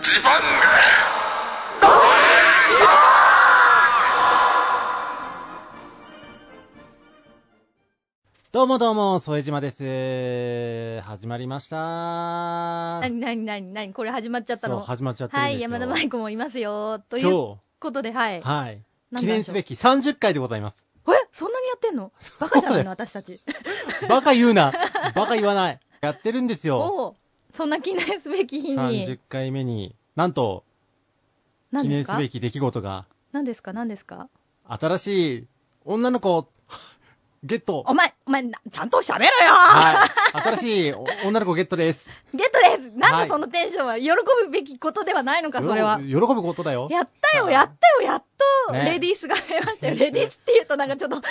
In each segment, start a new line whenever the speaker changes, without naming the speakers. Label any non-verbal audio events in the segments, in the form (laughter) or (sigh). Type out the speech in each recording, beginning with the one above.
ジパング
どうもどうも、添島です。始まりました。
なになになになにこれ始まっちゃった
そう、
の
始まっちゃってるん
は
ですよ。
い、山田舞子もいますよ。という
今
ことで、はい。え
日、、はい。
なん
記
でしょう
念すべき30回でございます。
そんなにやってんのバカじゃ
そうだ
ない
よ
の私たち。
バカ言うなバカ言わないやってるんですよ。
おうそんな記念すべき日
30
に。
回目に、なんと、記
何で
念
す
す
か
べき出来事が、
何ですか何ですか
新しい女の子、ゲット
お前、お前、なちゃんと喋ろよ
はい。新しいお女の子ゲットです。
ゲットですなん
はい
でそのテンションは喜ぶべきことではないのか、それは
喜。ぶ喜ぶことだよ。
やったよ、
はい
やったよ、やっと、
ね
レディースが増えましたよ。レディースって言うとなんかちょっと、
ち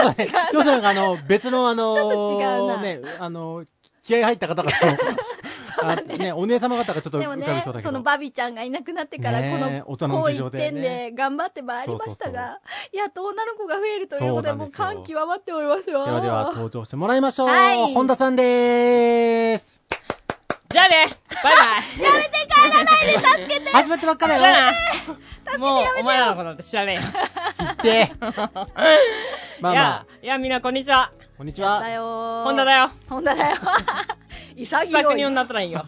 ょっとね、ちょっとなんかあの、別のあ
と違う
の、
な
ね、あの、気合入った方
(laughs)
々の、あね、お姉様方がちょっと
でも
浮
ね
かびそうだ、け
その
ど。
バビちゃんがいなくなってから、
ね
こ
え
の
大人の
こう
事
一
情でね
点で頑張ってまいりましたが、やっと女の子が増えるということで、
そうなん
も
で
う
すよ
感極まっておりますよ。
ではでは、登場してもらいましょう。
はい
本田さんでーす。
じゃあねバイバイ
始まってばっかだ
じ
よ。
ゃあなもう、お前らのことなんて知らねえよ。
(laughs)
で、まあ
い
ま
や
あ、、
いや、みんなこんにちは。
こんにち
だ
は。
よ。
本田だ
よ。
よ。
本田
(laughs)
だよ。潔い。
気さくに呼んだったらいいよ。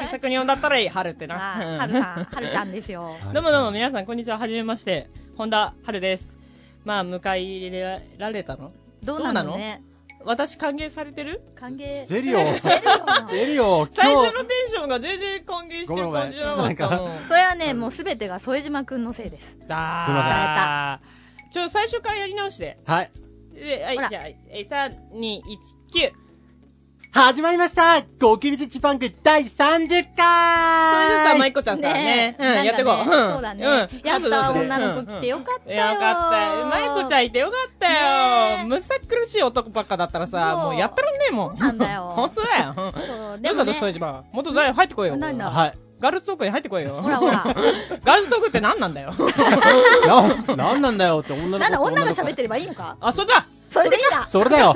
気さくに呼んだったらいい、春ってな。
あ
うん
はるさん、はるちゃんで
(laughs)
すよ。
どうもどうも、皆さん、こんにちは。はじめまして。本田春です。まあ、迎え入れられたの
どうなのね。
私、歓迎されてる
歓迎。
出るよ。出るよ。
最
今
初のテンションが全然歓迎してる感じじゃ
ごめ
なんか
ご
っ
めんちょっと
たもん。
それはね、もうすべてが副島くんのせいです。
だー。ちょ、最初からやり直して。
日、はい。
では
ほら
い、じゃあ、え3、2、1、9。
始まりましたゴキビチチパンク第30
それでさ、ま
回
いこちゃんさ、ね、
え
うん、やってこう。
なんかね
ん
そうだね。
ん
やった女の子
うん
来てよかった
うん
よ。
よかったよ。まいこちゃんいてよかった
ねえ
よ。むさ苦しい男ばっかだったらさ、
そう
もうやったらんねえもん。
そうなんだよ
本当だよ。うん
そう
ど
で
うし
も
たの、
ね、
副島。もっとだよ、入ってこいよ。
なんだ
はい。
ガールズトークに入ってこいよ。
ほらほら。
ガールズトークって何なんだよ。
な、なんなんだよって女の子
なんだ、女が
子
喋ってればいいのか
あ、それだ
それでいいんだ
それだ
(laughs)
よ。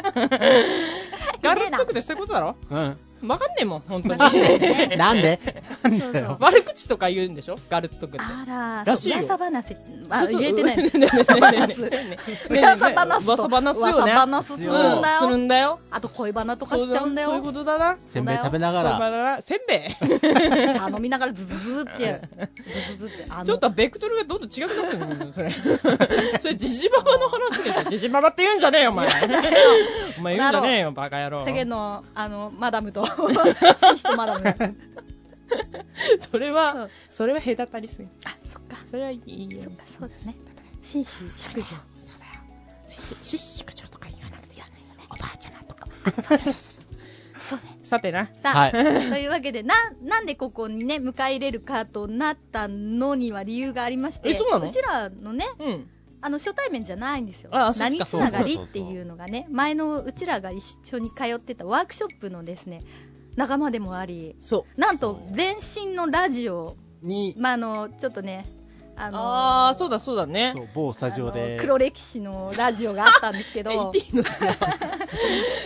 ガールズトークってそういうことだろ
うん。
わかんねえもん、本当
わかん
に。
ないね
(laughs) なんでなん
そう
だ
そう
よ。
悪口とか言うんでしょガールズトークって。
あら、
ら
そ
し
う
いよ
噂話、あ、
そうそう
言えてない。
ねえねえねえねえねえねえねえ
噂話と。
噂話よね。
噂話するんだ
する
よ。
んだよ。
あと恋バナとかしちゃうんだ
そういうこ
よ。
とだな。
せんべい食べながら。
せんべい
茶飲みながらズズズって、ズズズって。あの
ちょっとベクトルがどんどん違くなってるんだよ、 (laughs) それ。それ、ジジババの話でしょ。ジジババって言うんじゃねえよ、お前。 (laughs) お前言うんじゃねえよ、バカ野郎。
世間の、あの、マダムと、紳士とマダム。
(laughs) それ
そ
は
う、
それは隔たりすぎ。
あ、そっか。
それはいいよ。
そっか、そうだね。紳士、淑女。そうだよ。
シッシク長とか言わなくていい。
おばあちゃまとか。そうだそうそうそう。そうね。
さてな。
さあ、
はい
というわけでななんでここにね迎え入れるかとなったのには理由がありまして
えそうなの
ちらのね
うん。
あの初対面じゃないんですよ
あそっ
何
ちか
つながり
そう
っ
そうそ
て
うそう
いうのがね前のうちらが一緒に通ってたワークショップのですね仲間でもあり
そう。
なんと前身のラジオ
に、
まああのちょっとねあの
あー、そうだそうだね
そ。う某スタジオ
あ
で
の。黒歴史のラジオがあったんですけど
え、言って (laughs) いいのそれは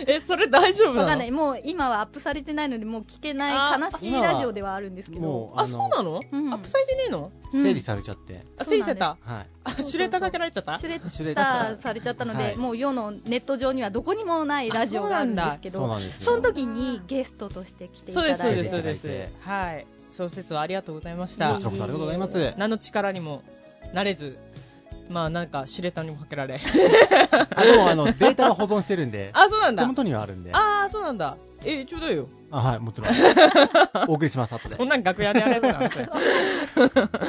え、それ大丈夫
わか
なん
な
の
いもう今はアップされてないのでもう聞けない悲しいラジオではあるんですけ
も
ど
う、
あ、そうな
の
の
うん
アップされてねえの
整理されちゃって。
あ、整理された。
はい。
あ
そうそう
シュレッダーかけられちゃった
シュレッ
シュレッ
ダ
ダ
ー
ー
されちゃったので、
はい
もう世のネット上にはどこにもないラジオがあるんですけど
あそうなん
そ
だそう
の
なんですよ
時にゲストとして来ていた
そう
だ
で
い
すそう
て
ですそ
いた
うです
だいて
はい小説をありがとうございまし
こ
た
ちらこそありがとうございます。
何の力にもなれずまあなんかシュレッダーにもかけられ
あ、でもあの、データは保存してるんで、
(laughs) あそうなん
手
だ
元にはあるんで。あ、
ああそうなんだえちょうだいよ
はい、もちろん。お送りします、後で
こ。んなん楽屋でやるやつなんですよ
だか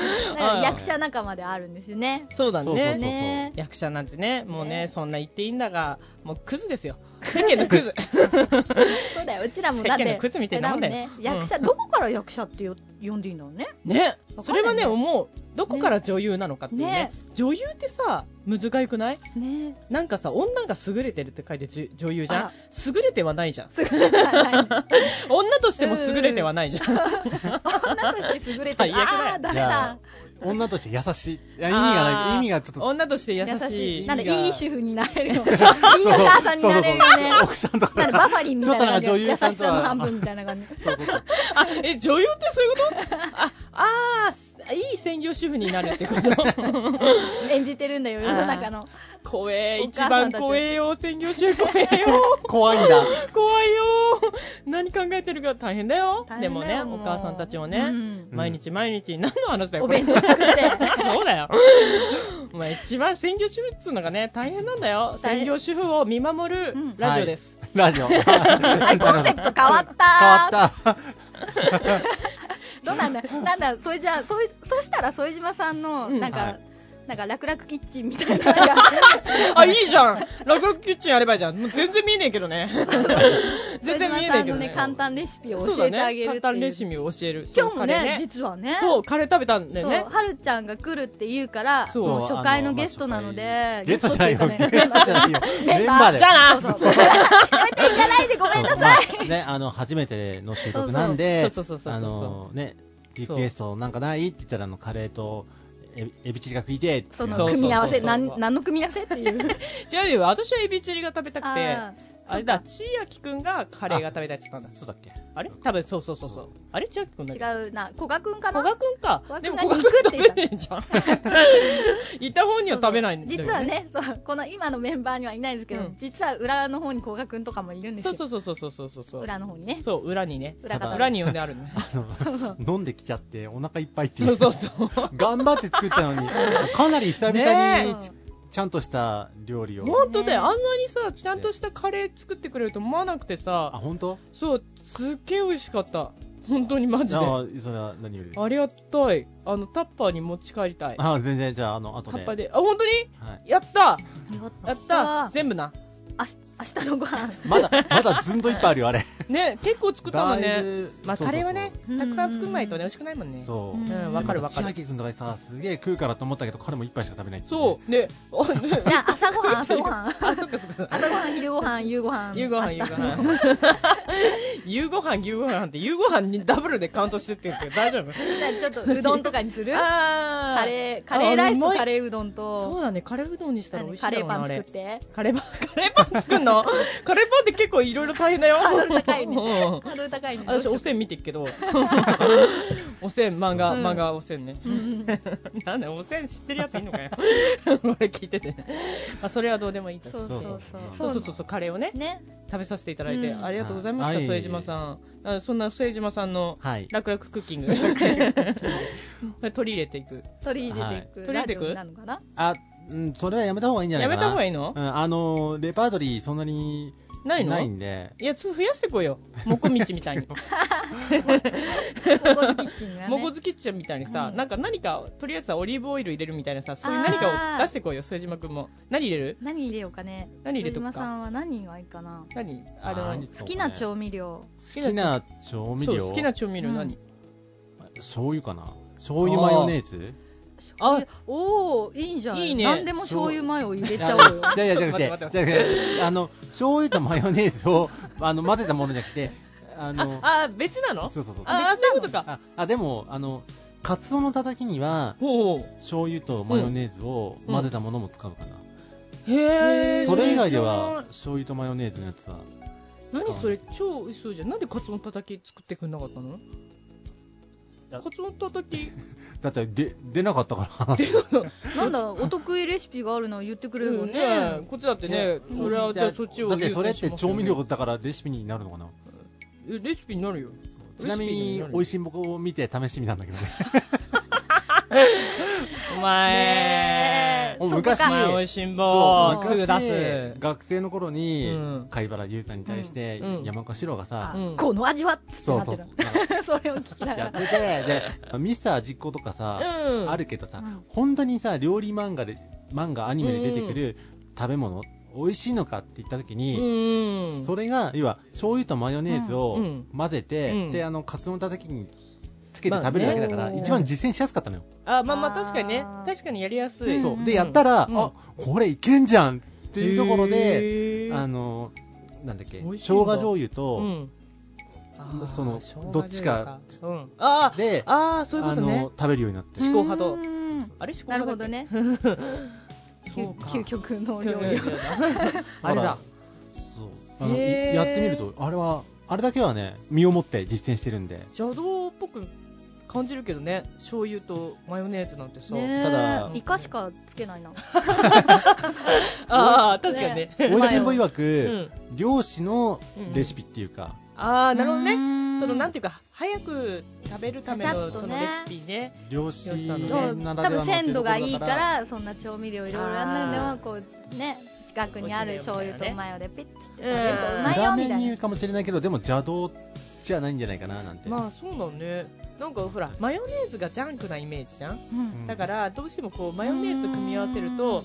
ら役者仲間であるんですよね。
(laughs) そうだ
そうそうそう
ね
ね
役者なんてねもうね
ね
そんな言っていいんだがもう (laughs) クズですよ世間のクズ
そうだようちらもだっ
世間
て
のクズみたいなもんだよ
あれもんね役者、どこから役者ってよ呼んでいいんだろうね。
ね
わか
そ
んない
れ
ね
はね思うどこから女優なのかっていうね
ね
女優ってさむずがゆくない
ね
なんかさ女が優れてるって書いてじゅ女優じ
あ
ゃん
ら
優れてはないじゃん
すごい女
女としても優れてはないじゃん
として優れて
最
る
悪だよ
ああーダメ
じゃあ
だ。、
女として優しい。いや、意味がない。意味がちょっと。
女として優しい。
なんで、
意味が
いい主婦になれるよ。いいお母さんになれるよね。
奥さんとか。
なんでバファリンみたいな
ちょっとなん
感
か女
じ。優
優さ
しさ
んとは
の半分みたいな感じ。
そうそうそう
あ、え、女優ってそういうことあ、あー、いい専業主婦になるってこと。
(laughs) 演じてるんだよ、世の中の。
怖え、
お
一
母さん
番
たち
怖えよ、専業主婦怖えよ。
怖いんだ。
怖いよ何考えてるか大変だよ
大
で
変
も
だ
ね
よ
お
もう
母さんたちもね、
うん
毎日毎日何の話だよ
お
これ
弁当作って。
(laughs) そうだよお前一番専業主婦っつうのがね大変なんだよ
大変
専業主婦を見守る
ん
ラジオです、
はい。ラジオ。変
あれ、コンセプト変わった。
わった。
どうなんだなんだそれじゃあそういそうしたら副島さんの
うん
なんか、
はい
なんか楽々キッチンみたいななんか
あいいじゃん落語キッチンやればいいじゃんもう全然見えねえけど
(laughs)
ね (laughs) 全然
副島
見えねえ
さ
け
ん
ど
の
ね
ね簡単レシピを
そ
教
うだ
えてあ
ね
げるってい
簡
う
単レシピを教える
今日も
そうカレ
ね
ー
実はね
そうカレー食べたんだよ
そう
ね
はるちゃんが来るって言うから
そう
そう
初回のゲストなので
あゲストじゃないよ。ゲ
ゲス
ス
ト
ト
じ
じ
ゃ (laughs)
ゃな
な
いよ。メンバーで。
じゃあな
そうそうやめていかないでごめんな
ま
さい
あね、あの、初めての収録なんで、
そうそうそうそう
あ
そうそうそう
の、ね、リクエストなんかないって言ったら、あの、カレーと、えエビチリが食いてえって
そ
そ
の
うそうそう
組み合わせ
そう
なん何の組み合わせって
(laughs)
いう
違うよ私はエビチリが食べたくて
あー
あれだ千秋くんがカレーが食べたいって言ったんだ
そうだっけ
あれ多分そうそうそうそう。あれ千秋くんだっけ
違うな古賀くんかな
古賀くんか
古賀。く
で
ん
も
が
古賀くん
肉って言っ
食
た
べねえじゃん。
(laughs)
いた方には食べないんだよ
実は。ねそうこの今のメンバーにはいないですけど、
うん
実は裏の方に古賀くんとかもいるんです
そ
よ
うそうそうそうそうそうそうそう。
裏の方にね
そう裏にね。
裏
方
裏に呼んで
(laughs)
あるの。
飲んできちゃって、お腹いっぱいってい
そう
う。
そうそう。
頑張って作ったのに、かなり久々
ね
にち、ちゃんとした料理を。
本当だよ。あんなにさちゃんとしたカレー作ってくれると思わなくて
あ、
さ。
本当
そうすっげえ美味しかった。本当にマジ
じ
で
ゃ。あ、それは何よりです。
ありがたい。あのタッパーに持ち帰りたい。タ
あ、全然、じゃあ、あの、後で。
ッパー
はい。
で。あ本当に？やった。や
や
っ。
ったた
全部な。
あし明日のご飯
まだ、まだずんといっぱいあるよ、あれ。
ね結構作ったもん
だい
ね。
ぶ
まあ
そうそうそう
カレーはね
うん
たくさん作んないとね美味しくないもんね。
そうう。
ん
うん、わかるわか
千
る。
秋くんとかさ、すげえ食うからと思ったけど、彼も一杯しか食べないっていね
そう、ね、 (laughs) あ、ね、
じゃあ朝ごはん朝ごはん
あ、そっかそっか。
(laughs) 朝ごはん昼ごはん夕ごはん
夕ご飯、夕
明
ご
日
飯。
(laughs)
夕ご飯、夕ご飯って、夕ご飯にダブルでカウントしてって言うけど、大丈夫
じゃあちょっとうどんとかにする
あ
カレーカレーライスとカ
ー。
レーうどん
そう
と
だね、カレーうどんにしたら美味しい
カ
だ
レ
ろ
ー
うな、
パン
あ
作っ
れ。
て
カレーパン、 (laughs) カレーパン作んのカレーパンって結構いろいろ大変だよ。
(laughs) ハードル高いね
うん
ハードル高いね
私、おせん見て
(laughs)
っけど。おせん、漫画、
うん
漫画おせんね。 (laughs) なんだよ、おせん知ってるやついんのかよ。 (laughs) 俺聞いててね。まあ、それはどうでもいいとして
そうそうそう
そうそうそうそうカレーをね
ね
食べさせていただいて、
うん
ありがとうございました
はい
副島さんあそんな副島さんの
はい。
楽々クッ
(laughs)
キング (laughs) 取り入れていく
取り入れていく、
はい取り入れていく
ラジオなのかな
あ、うん、それはやめた方がいいんじゃない
や
か
め
な。
た方が
いい。
いいの
うん、あの、レパートリーそんなに
ないの
んで。
いやそう増やしてこい (laughs) よもこみちみたいに
モコズキッチンがね
もこずキッチンみたいにさ、なんか何かとりあえずはオリーブオイル入れるみたいなさそういう何かを出してこいよ副島君も何入れる
何入れようかね
何入れとくか
副島さんは何がいいかな
何あの
何
好
好きな調味料
好きな調味
そう
料
好きな調味料何、
醤油かな醤油マヨネーズ
あ
えおおいいんじゃない
いいね
何でも醤油マヨ入れ
い
ち
や
ゃ
い
おうよ
やいやじゃなくて、じゃ
待
な
っ
く
て
て、あの、醤油とマヨネーズを、 (laughs) あの、混ぜたものじゃなくて、あの、
ああ別なの
そうそうそう。あ
ああそういうことか
あ、でも、あの、カツオのたたきには、
ほうほ
醤油とマヨネーズを混ぜたものも使うかな。
うへえ
それ以外では、醤油とマヨネーズのやつは、
何それ超美味しそうじゃんなんでカツオのたたき作ってくんなかったの
や
カツオのたたき
だって、で、出なかったから話が。
なんだお得意レシピがあるのは言ってくれるもんね,、
ねこっちだってねそれはじゃあそっちを
だってそれって
優先しますよ
調
ね
味料だからレシピになるのかな
えレシピになるよ
ちなみに、美味しんぼを見て試してみたんだけどね。
お
ねえ
前
もう
そっか
昔
お前美味し
そ
んぼ
う、
すぐ
昔
出す
学生の頃に
うん、
貝原雄太に対して
うん、
山岡四郎が
あ
さ、
うん
この味はっつって
そう
なって
そう
る
そう。
それを聞きなが
や
ら
ってて、で、ミスター実行とかさ、
うん
あるけどさ
うん、
本当にさ、料理漫画で、漫画、アニメで出てくる食べ物、美味しいのかって言った時
う
に、
ん
それが、要は、醤油とマヨネーズを
うんうん
混ぜて、
うん
で、あの、カツオのたたきにつけて食べるだけだか
ま
ら、
あね
一番実践しやすかったのよ。
あまあま
あ
あ
ー
確かにね確かにやりやすい
そう。
っ
で、やったら、
うん
あ、これいけんじゃんっていうところで、
で
あの、なんだっけ、
美
生
味しいんだ
姜醤油
う
と、
ん
その
生姜
どっちか
醤油うん、あー
で
あーそういうこ
あ
とね
の食べるようになって
思考派と
うーん
あれ思考
なるほ
派だ
ど
っけ
ね
そうか
究究極の
そう
料
そう
理
そう
を
(laughs)
あれだ
そうあの、い
へー
やってみるとあれはあれだけはね身をもって実践してるん
(laughs)
で
邪道っぽく感じるけどね醤油とマヨネーズなんてさ、
ねえ
ただ
イカしかつけないな
ああ確かにね
大分新聞曰
う
く、
ん、
漁師のレシピっていうか、
ああなるほどね
ね
そのなん
て
ていうか早く食べるため
ささ
の
っとね
そのレシピね
漁師
そう
な
多
らではの
分
ってい
鮮
うと
度
ころだ
が
から
いいからそんな調味料いろいろやんないんで
あ
は
ー
こうね近くにある醤油とマヨでピッて
う
うまいよ
裏メ
みたいな
ニューかもしれないけどでも邪道じゃないんじゃないかななんて、
まあそうだねなんかほらマヨネーズがジャンクなイメージじゃん
うん
だからどうしてもこうマヨネーズと組み合わせると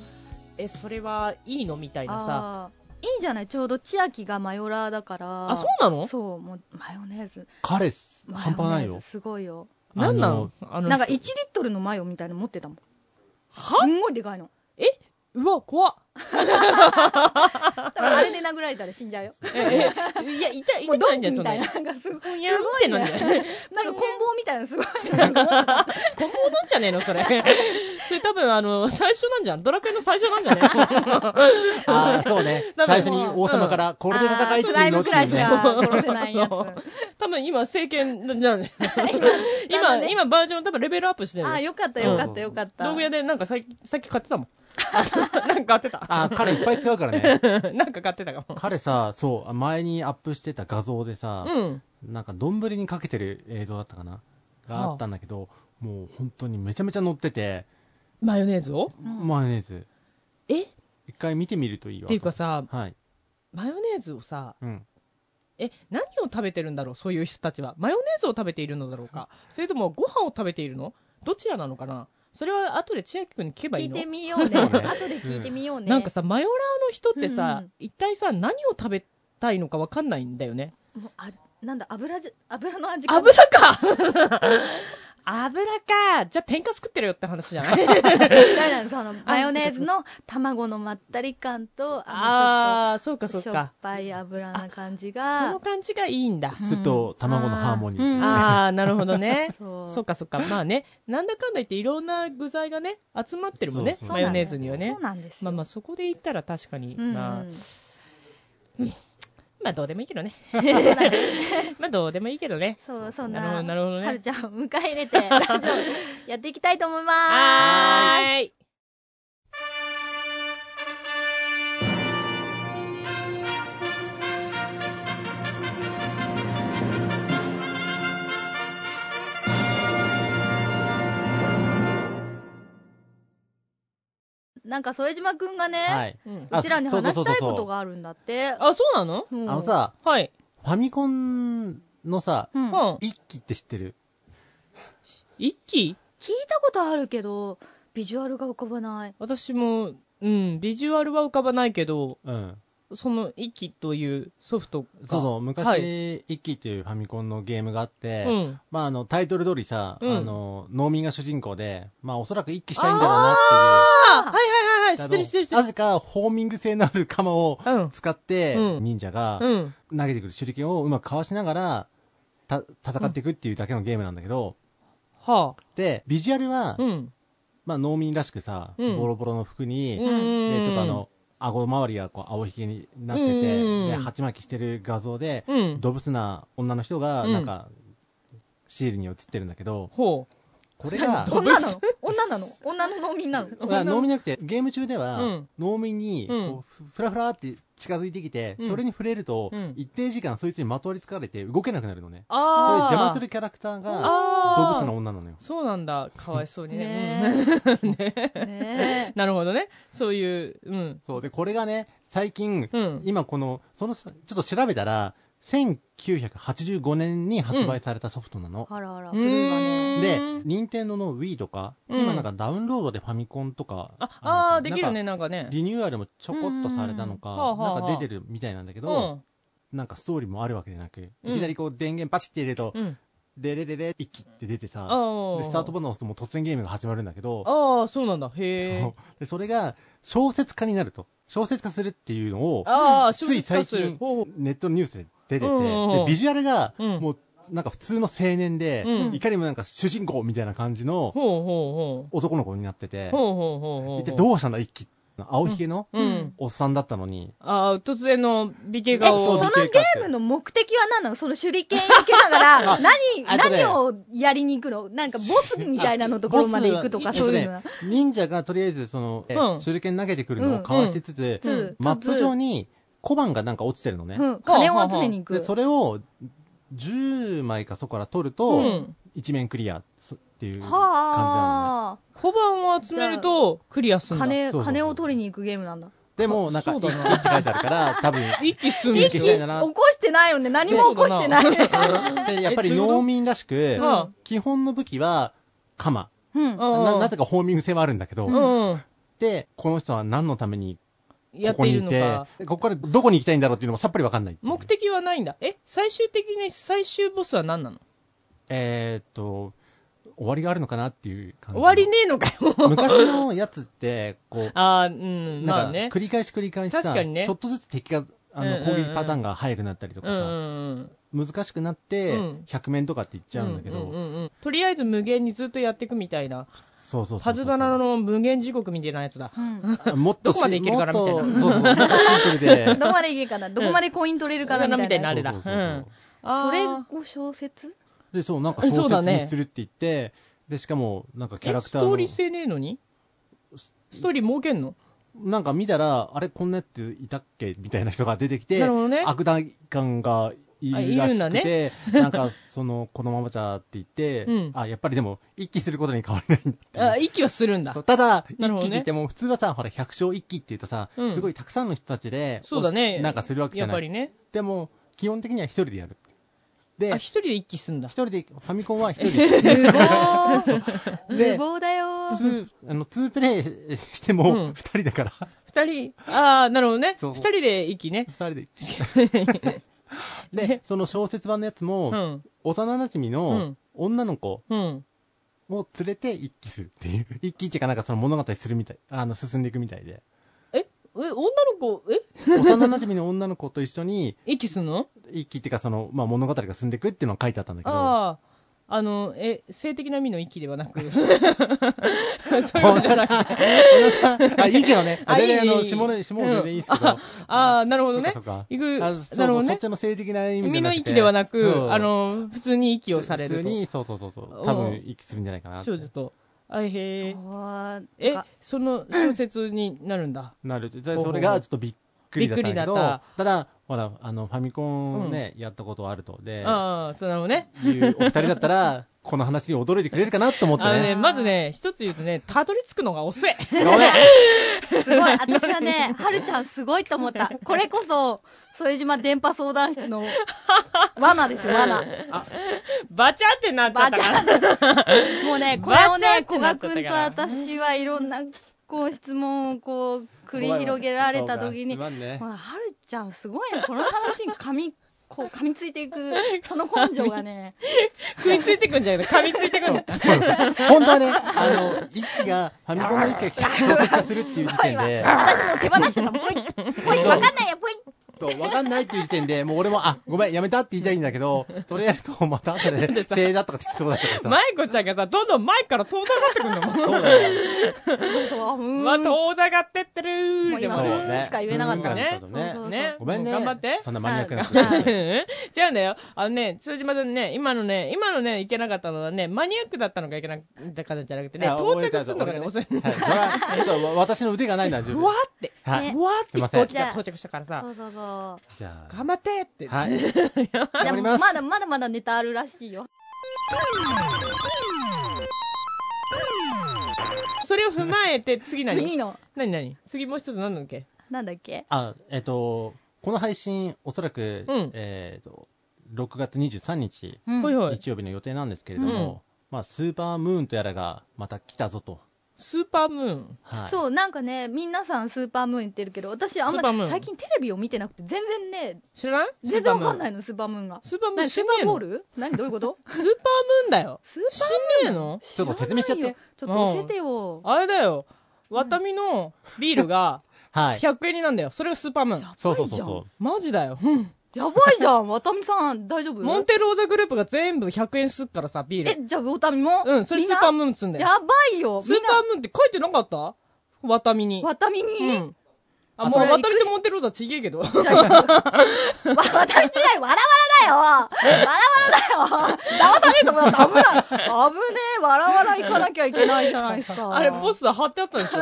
えそれはいいのみたいなさ
あーいいんじゃないちょうど千秋がマヨラーだから
あそうなの
そうもうマヨネーズ
彼
マヨネ
半
ーズ
端ないよ
すごいよ
なんな
あ
の
の
あの
なんか1リットルのマヨみたいなの持ってたもん
は
すんごいでかいの
うわ怖っ
多分あれで殴られたら死んじゃうよ
ええいや痛 (laughs) い
もう
痛
ド
ない
ン
ん
キ
だよそ
み
ん
たい
なに
ななんかすごい
ふにゃんってなんだよ
なんか棍棒みたいなのすごい
こんなものじゃねえ
(laughs)
のそれそれ多分あの最初なんじゃんドラクエの最初なんじゃね
(laughs)
ああそうね
多
最
分
初に王様からこれで戦いって
ス
い
ラ
う
イ
のって
ム
い
くら
う
いし
ね
か殺せ
(laughs)
ないやつ
多分今政権じゃん
(laughs)
今
ね
今バージョン多分レベルアップしてる
あ
よ
あよかったよかったよかった
道具屋でなんかさいさっき買ってたもんなんか買ってた
あー彼いっぱい使うからね
(laughs) なんか買ってたかも
彼さそう前にアップしてた画像でさ、
うん
なんか丼にかけてる映像だったかながあったんだけど、もう本当にめちゃめちゃ乗ってて、
マヨネーズを
マヨネーズ
えっ
一回見てみるといいわ
ていうかさ
はい、
マヨネーズをさ
うん、
え何を食べてるんだろうそういう人たちはマヨネーズを食べているのだろうかそれともご飯を食べているのどちらなのかなそれは後で千秋君に聞けば
聞
いい
い
の
てみようね
そうね
後で聞いてみようね
なんかさマヨラーの人ってさ、
うんうん
一体さ何を食べたいのかわかんないんだよね
もうあなんだ油じ油の味が
油か (laughs) 油かじゃあ天かす食ってるよって話じゃない
だよねそのマヨネーズの卵のまったり感とあ
ああそうか
のちょ
そ
っ
う
としょっ
か
ぱい油な感じ
そ
が
の感じがいいんだ
酢と卵のハーモニーっていうね
ああなるほどね
(laughs) そう
そうかそうかまあねなんだかんだ言っていろんな具材がね集まってるもんね
そうそう
マヨネーズにはね
そうなんです
ま
よ
あまあそこで言ったら確かに、
うん
まあまあどうでもいいけどね (laughs) まあどうでもいいけどね
(laughs) そうそん
なるほ
な
どなるほどね
はるちゃんを迎え入れ
(laughs)
てラジオやっていきたいと思います
はーい
なんか副島くんがね、
はい、
うん
あ
うちらに
そうそう
話
そうそう
したいことがあるんだって
あそうなの
うん
あのさ
はい、
ファミコンのさ、
うん
う
聞い
ん、
一機って知ってる
一気
たことあるけどビジュアルが浮かばない
私も、うん、ビジュアルは浮かばないけど、
うん。
その、イキというソフトが。
そうそう、昔、
はい
一機っていうファミコンのゲームがあって、
うん
まあ、あの、タイトル通りさ、
うん
あの、農民が主人公で、まあ、おそらく一機したいんだろうなって
あはいはいはいはい、
いう。
知ってる知ってる知って
な
る。
ぜか、ホーミング性のある鎌を
うん
使って、
うん
忍者が
う
投
ん。
げてくる手裏剣をうまくかわしながら、た、戦っていくっていうだけのゲームなんだけど、
は
で、ビジュアルは
あ。、うん。
まあ、農民らしくさ、
うん
ボロボロの服に、
うん
で、ちょっとあの、顎周りがこう青ひげになってて、
うん
で、鉢巻きしてる画像で、
うん
動物な女の人が、
うん
なんか、シールに映ってるんだけど、
ほ
これ
(laughs)
が、
女なの女なの女の農民なの
まあ農民じゃなくて、ゲーム中では、
うん
農民に、
うん
こう、ふふらふらって近づいてきて、
うん
それに触れると、
うん
一定時間そいつにまとわりつかれて動けなくなるのね。
う。
そういう
ああ。
邪魔するキャラクターが、
あ
動
あ。
物の女なのよ。
そうなんだ。かわいそうにね。うん (laughs)
ね (laughs) えねえ
なるほどね。そういう、うん。
そう。で、これがね、最近、
うん
今この、その、ちょっと調べたら、1985年に発売されたソフトなの。
あらあら
う
古いわね
ー
で、
ん
任天堂の Wii とか、
うん
今なんかダウンロードでファミコンとか、
あ、ああ、
る
で
の
き
か
る
な
ね、
んか
なんかね。
リニューアルもちょこっとされたの
う
か
んはあ、はあ
な
はあ
んか出てるみたいなんだけ
う
ど、
ん。
なんかストーリーもあるわけじゃなく、
うん
いきなりこう電源パチって入れると
う、ん。
デレレレ一気って出てさ、
ああ。
で、スタートボタンを押すともう突然ゲームが始まるんだけど、
ああ、そうなんだ。へ
そ
え
う。で、それが小説家になると。小説化するっていうのを、
ああ、
つい最
小説家数
近
ほうほう、
ネットのニュースで出てて、
うんうんう
で
ん、
ビジュアルが、
うん
もう、なんか普通の青年で、
うん
いかにもなんか主人公みたいな感じの
ほうほ
男の子になってて
うほう。、ほうほうほうほう。
一体どうしたんだ、一気。青ひげの、
うん。
おっさんだったのに。
ああ、突然の美
え、
形顔
そ
を
の
そう。
ゲームの目的は何なのその手裏剣避けながら、
(laughs) あ
何、
あとね
何をやりに行くのなんかボスみたいなのところまで行くとか、
ボスは
そういうのは。
えっとね忍者がとりあえず、その、え
うん
手裏剣投げてくるのをかわしてつつ、
うんうん
マップ上に小判がなんか落ちてるのね。
うん、金を集めに行く。
で、それを、10枚かそこから取る
う
と
ん、
一面クリアっていう感じなのね。
はあ、
小判を集めると、クリアすんだ。
金、
そうそうそう
金を取りに行くゲームなんだ。
でも、なんか、
そう
一気っ
だ
て
な
書いてあるから、
(laughs)
多分、
一気すん
一
で
気
し
し
ょ。
たいな
起こしてないよね。何も起こしてない。
で、やっぱり
えどういうこと
農民らしく
はあ、
基本の武器は、鎌。
(laughs) う
な、
ん。
な
な
ぜかホーミング性はあるんだけど、
うん。
で、この人は何のために
や
ここ
ってい
に
る
い
の
て
か。、
ここからどこに行きたいんだろうっていうのもさっぱりわかんないっていう
目的はないんだ。え、最終的に最終ボスは何なの
えーっと、終わりがあるのかなっていう感じ。
終わりねえのかよ。 (laughs)
昔のやつって、こう、
ああ、うん、
な
まあ
んか
ね。
繰り返し繰り返した、
確かにね
ちょっとずつ敵が、あ
う
の、
んうんうん
攻撃パターンが速くなったりと
う
か
んう
さ、
んうん。
難しくなって
うん、
100面とかって言っちゃうんだけ
うんう
ど、
んうんとりあえず無限にずっとやっていくみたいな。
そうそうそうそう。
パズドラの無限地獄みたいなやつだ。
あもっと
どこまでいけるかな
もっと
みた
そうそう、もっとシンプル
(laughs)
で。
どこまでいけるかなどこまでコイン取れるかなみたいな。
あれだ
そうそうそうそう
あ
それ
ー
を小説
で、そう、なんか
そう
小
だ
説
ね
にするって言って、で、しかも、なんかキャラクタ
えストー
ー
リー
の、
性ねえのにストーリー設けんの
なんか見たら、あれ、こんなやついたっけみたいな人が出てきて、
なるほどね
悪代官がいるらし
あいるんだ
くて
ね、
なんか、その、このままじゃって言って、
うん
あ、やっぱりでも、一気することに変わりないんだって。
あ、息はするんだ
そ。うただ、
なるほどね
一気って言っても、普通はさ、ほら、百姓一気って言うとさ、
うん
すごいたくさんの人たちで、
そうだね。
なんかするわけじゃ
やっ
な
ぱり
い。
ね。
でも、基本的には一人でやる。で
あ、、一人で一気すんだ
一。人で、ファミコンは一人で。
無
(laughs)
謀無
(laughs)
で、
謀だよ
ツ
ー。
ー、あの、ツープレイして
う
も、
ん
二人だから、
二人、ああ、なるほどね。
そ
二
う
人で一気ね
二。人で。
(laughs)
で、その小説版のやつも、
うん
幼馴染の女の子
うん。
を連れて一気するって
(laughs)
いう。一気っていうかなんかその物語するみたい、あの、進んでいくみたいで。
え、え、女の子、え
幼馴染の女の子と一緒に、
息すんの
一気っていうかその、まあ、物語が進んでいくっていうのが書いてあったんだけど、
ああ。あの、え、性的な意味の息ではなく。そういうことじゃなくて。
(laughs) あ、いいけどね。
(laughs) あ
全 (laughs) 然あ
いい
の、
いい
下の、下のでいいですけど
あ。ああ、なるほ
そ
ど
うか
ね
そうか。。
行く、な
あ
る
そう
ほど
そうそ
ね
っち。の性的な意味
海
じゃな
の
くて
息ではな
う
く、
ん
あの、普通に息をされ
普
る
通
と。
に、そうそうそうそう。
ん
多分、息するんじゃないかなって。
少女と。あへえ。
あー
え
とか、
その小説になるんだ。
なる。じゃ
ほ
あ
うほう
それがちょっとびっくりだったんだけど、
びっくりだ
た
っ
だ、ほら、あの、ファミコンね、やったことあると。で、
ああ、そうなのね。
いうお二人だった
(laughs)
ら、この話に驚いてくれるかなと思って
あのね、
ね。
まずね、一つ言うとね、たどり着くのが
(laughs)
遅い。
ごめん
すごい。私はね、はるちゃんすごいと思った。これこそ、添島電波相談室の罠ですよ、罠。
バチャってなっちゃ
バ
った
チ
から。
ャンもうね、これをね、古
バ
賀
チ
く
ャンっ
ん
て
と
なっちゃったか
私はいろんな、こう、質問をこう、繰り広げられた時に、
そうかすまんね
ほら、はるちゃんすごいね。この話に噛み、 (laughs) こう、噛みついていく、その根性がね、
食いついてくんじゃなくて、噛みついてくんだ。
そうなんです (laughs) 本当はね、あの、一気が、ファミコンの一気が小説化するっていう時点で、
私もう手放してた。ポイポイわかんないや、ポイ
そう、わかんないっていう時点で、もう俺も、あ、ごめん、やめたって言いたいんだけど、それやると、また後で、正だとかつきそうだったから
マ
さ。
イコちゃんがさ、どんどん前から遠ざかってく
(laughs)
んだもん。
そうだよ。
そう、うーん
まあ、遠ざかってってる
も
ー
う
で
今
も
そう
ね。
ね
しか言えなかった
ね
そうそうそう
ね。
ごめんね。
頑張って。
そんなマニアックなこ
は
と。
(laughs) 違うんだよ。あのね、通じまでね、今のね、今のね、いけなかったのはね、マニアックだったのかいけなかったのじゃなくてね、
あ
到着するのがね、
俺
遅い。
ねはいそれはちょっとわ (laughs) 私の腕がないな、自
ふ
分
わ。って、
はい
ふわって
すい
飛
ません
行機が到着したからさ
そ、うそうそ
じゃあ。
頑張ってって。
はい。
う。
頑
(laughs)
で
張
も
ります。
まだまだまだネタあるらしいよ。
それを踏まえて、次何
次の、
何何次もう一つ何なんだっけ
なんだっけ
あ、えっ、と、この配信、おそらく、
うん
えっ、と、6月23日、
ほいほい。
日曜日の予定なんですけれども、まあ、スーパームーンとやらが、また来たぞと。
スーパームーン。
はい。
そう、なんかね、皆さんスーパームーン言ってるけど、私あん
スーパーム
ま
ーン
最近テレビを見てなくて、全然ね、
知らない。
全然わかんないいの、スーパームーンが。
スーパームーン
何
知
ス
ん
ー
ね
パ
え
ーボー
の
ル何どういう
(laughs)
こと
スーパームーンだよ。
スーパー
知んねえの
ちょっと説明しちゃって
知らないよちょっと教えてよ。
あれだよ。ワタミのビールが
はい。
100円になんだよ。それがスーパームーン。
そうそうそうそう。
マジだよ。うん。
やばいじゃん、わたみさん、大丈夫
モンテローザグループが全部100円すっからさ、ビール。
え、じゃあ、わたみも
うん、それ
み
ス
んな
ーパームーン積んだよ
や。ばいよ、
ス
み
ー
ん
パームーンって書いてなかったワタミに
な。。わたみに、
うん。あ、
あ
もう、
こ
ワ
れ
タミとモンテローザちげえけ
(laughs)
ど。
じゃあわ、わたみ時代、わらわらだよわらわらだよ騙されると思った危ない危ねえ、わらわら行かなきゃいけないじゃないですか。
(laughs) あれ、ポスター貼ってあっ
(laughs)
たでしょ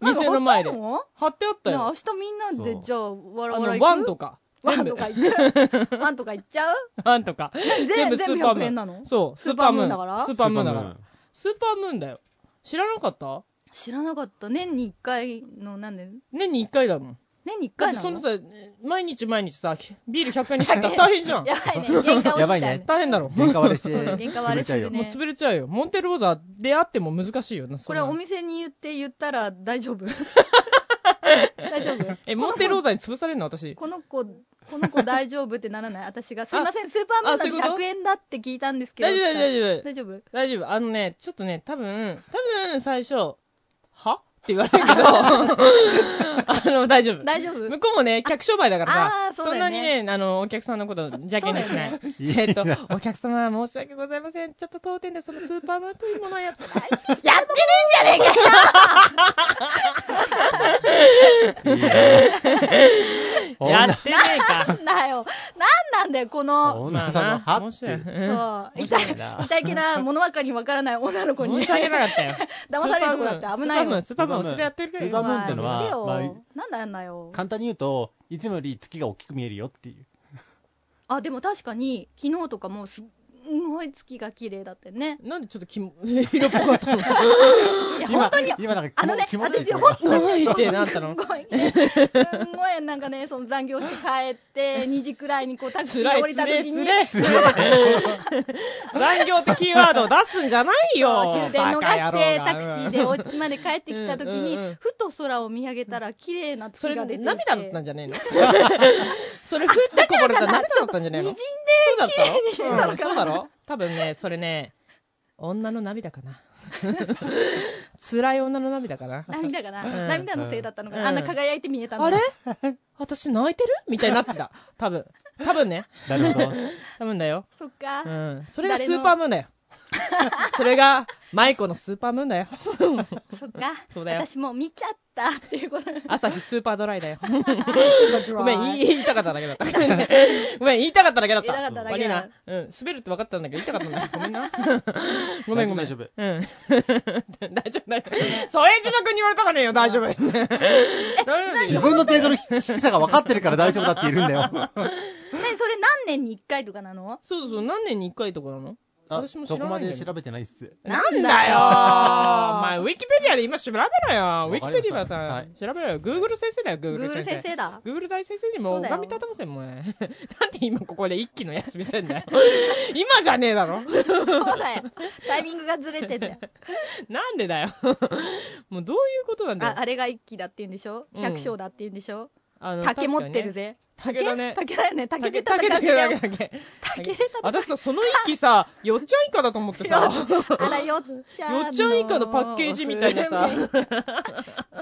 店の前で。
なんか貼っ
貼ってあった
ね明
よ。
日みんな
そ
で、
う
じゃあ、わら
あ
わら行
の、
く
ワンとか。
ワ
全
ン
部
と。か行っちゃうワンとか行っちゃう
(laughs) ワンとか。全部スーパー
全
ム
部100円な
ーン。
の
そう、ス
ス
ー
ー
パ
パ
ー
ー
ム
ム
ー
ー
ン
ンだ
だか
からら
スー
ス
パー
ー
ム
パ
ー
ー
ンだ
ム
から
ー。
(laughs) スーパームーンだよ。知らなかった
知らなかった。年に一回の、なんで
年に1回だもん。
年に一
だ
回
って
な
そんな
の
さ、毎日毎日さ、ビール100円にするから大変じゃん。
やばいね。喧嘩落ちたよ
やばいね
大変だろ。
ン。喧嘩割れして、
喧嘩割
潰
れしてね
れち
(laughs)
ゃうよ。
もう潰れちゃうよ。モンテローザであっても難しいよな、そ
こ
ん
れ
なの
お店に言って言ったら大
(laughs)
丈夫大丈夫
え、モンテローザに潰されるの私。
この子、この子大丈夫ってならない (laughs) 私が、すいません、スーパーマンさん
あそういうこと
100円だって聞いたんですけど。
大丈夫、大丈
大丈
夫、
夫
大丈夫。あのね、ちょっとね、多分、多分、最初、はって言われるけど、あ
(laughs)
の、大丈夫。
大丈夫
向こうもね、客商売だから
あ
さ、
ーそうだ
ん
よね
なにね、あの、お客さんのこと邪険にしない。
いい
(laughs) えっと
な、
お客様、申し訳ございません。ちょっと当店でそのスーパーマーというものはやってない。
やってねえんじゃねえかよ
いいね
や
女
ってねえ
な (laughs)
か。
んだよなんなんだよ、この、
女さんの歯
申
っ
して訳
いう。
ない
そう、
面
痛
白
い
いな、
痛いけな、物ばかりわからない女の子に。
申し (laughs) 訳なかったよ。
(laughs) 騙されるとこだって危ないよ
スーパームーン、スーパームーン、押しでやってるけど。
スーパームーンってのは
見てよ
まあ
なんだやんなよ。
簡単に言うと、いつもより月が大きく見えるよっていう。
あ、でも確かに、昨日とかもうすっごい月が綺麗だってね。
なんでちょっときも、色っぽかったの
いや、
今
本当に、、
今なんか気
あの
も
ね、
気持ちいいで
私、
すね
ほんと
ないってなったの
すごい、すんごい、なんかね、その残業して帰って、2時
(laughs)
くらいにこうタクシー
辛
で
い
降りた
辛い
時に、
辛い残業ってキーワードを出すんじゃないよ
終電逃
バカ
し
野郎
て、
が
タクシーでお家まで帰ってきた時
うんうんうん
に、ふと空を見上げたら、綺麗な
そ
月
れ
が出てきて。
涙だったんじゃねえのそれふっ
あ
て
だ
こ
から
ぼれ
か
た
な
涙だったんじゃねえの
にじんで
そうだ
綺麗に見え
っ
た
たろう
の
ん
か
そ
な
うだろ多分ねそれね女の涙かな辛い女の涙かな
涙かな、
うん
涙のせいだったのかな、
うん
あんな輝いて見えたの
あれ私泣いてるみたいになってた多分多分ね
なるほど。
多分だよ
そっか、
うん。それがスーパームーンだよ。それが、マイコのスーパームーンだよ。
そっか
そうだよ
私もう見ちゃったっていう
(laughs)
こと
朝日スーパードライだよ。ご
ご
めん、言い言いたかっただけだった。 (laughs) ごめん、言いたかっただけだった。
言いたかっただけ
悪いな。うん。滑るって分かったんだけど、言いたかったんだ。ごめ
(laughs)
んな。ごめん、ごめ
大
ん。
丈夫
うん。大丈夫、大丈夫。添島君に言われたらねえよ、大丈夫。
(laughs)
大丈
自
夫。
分の程度の低さが分かってるから大丈夫だって言えるんだ (laughs) よ。
何それ何年に1回とかなの
そうそうそう、何年に一回とかなの
あ
私も知
そ
ら
こ
な
ま
いんだ
で
け
調
ど。
べてないっす。
なん
だ
だ
よーお前、
よ
ウィキペディアで今調べろよ。ウィ
わ
キ
かりました
ペディアはさ
は、
調べろよ。グーグル先生だよ、グーグル
Google 先生だ
グーグル大先生にも
そうだよ
拝み立たませんもんね。 (laughs) なんで今ここで一気のやつ見せ
(laughs)
んだよ。今じゃねえだろ。
そうだよタイミングがずれてんだよ
なんでだよ。 (laughs) もうどういうことなんだよ
あ。あれが一期だって言うんでしょ
うん
百姓だって言うんでしょ、
あの
竹持ってる。ぜ
竹だね
竹だよね竹
竹、
で
竹、
叩かれ
竹、
てた
竹、
よ
竹。
竹で叩かれ
私さ、その一気さ、よっちゃん以下だと思ってさ、よっ
あらよっちゃんの
ちゃん以下のパッケージみたいなさ、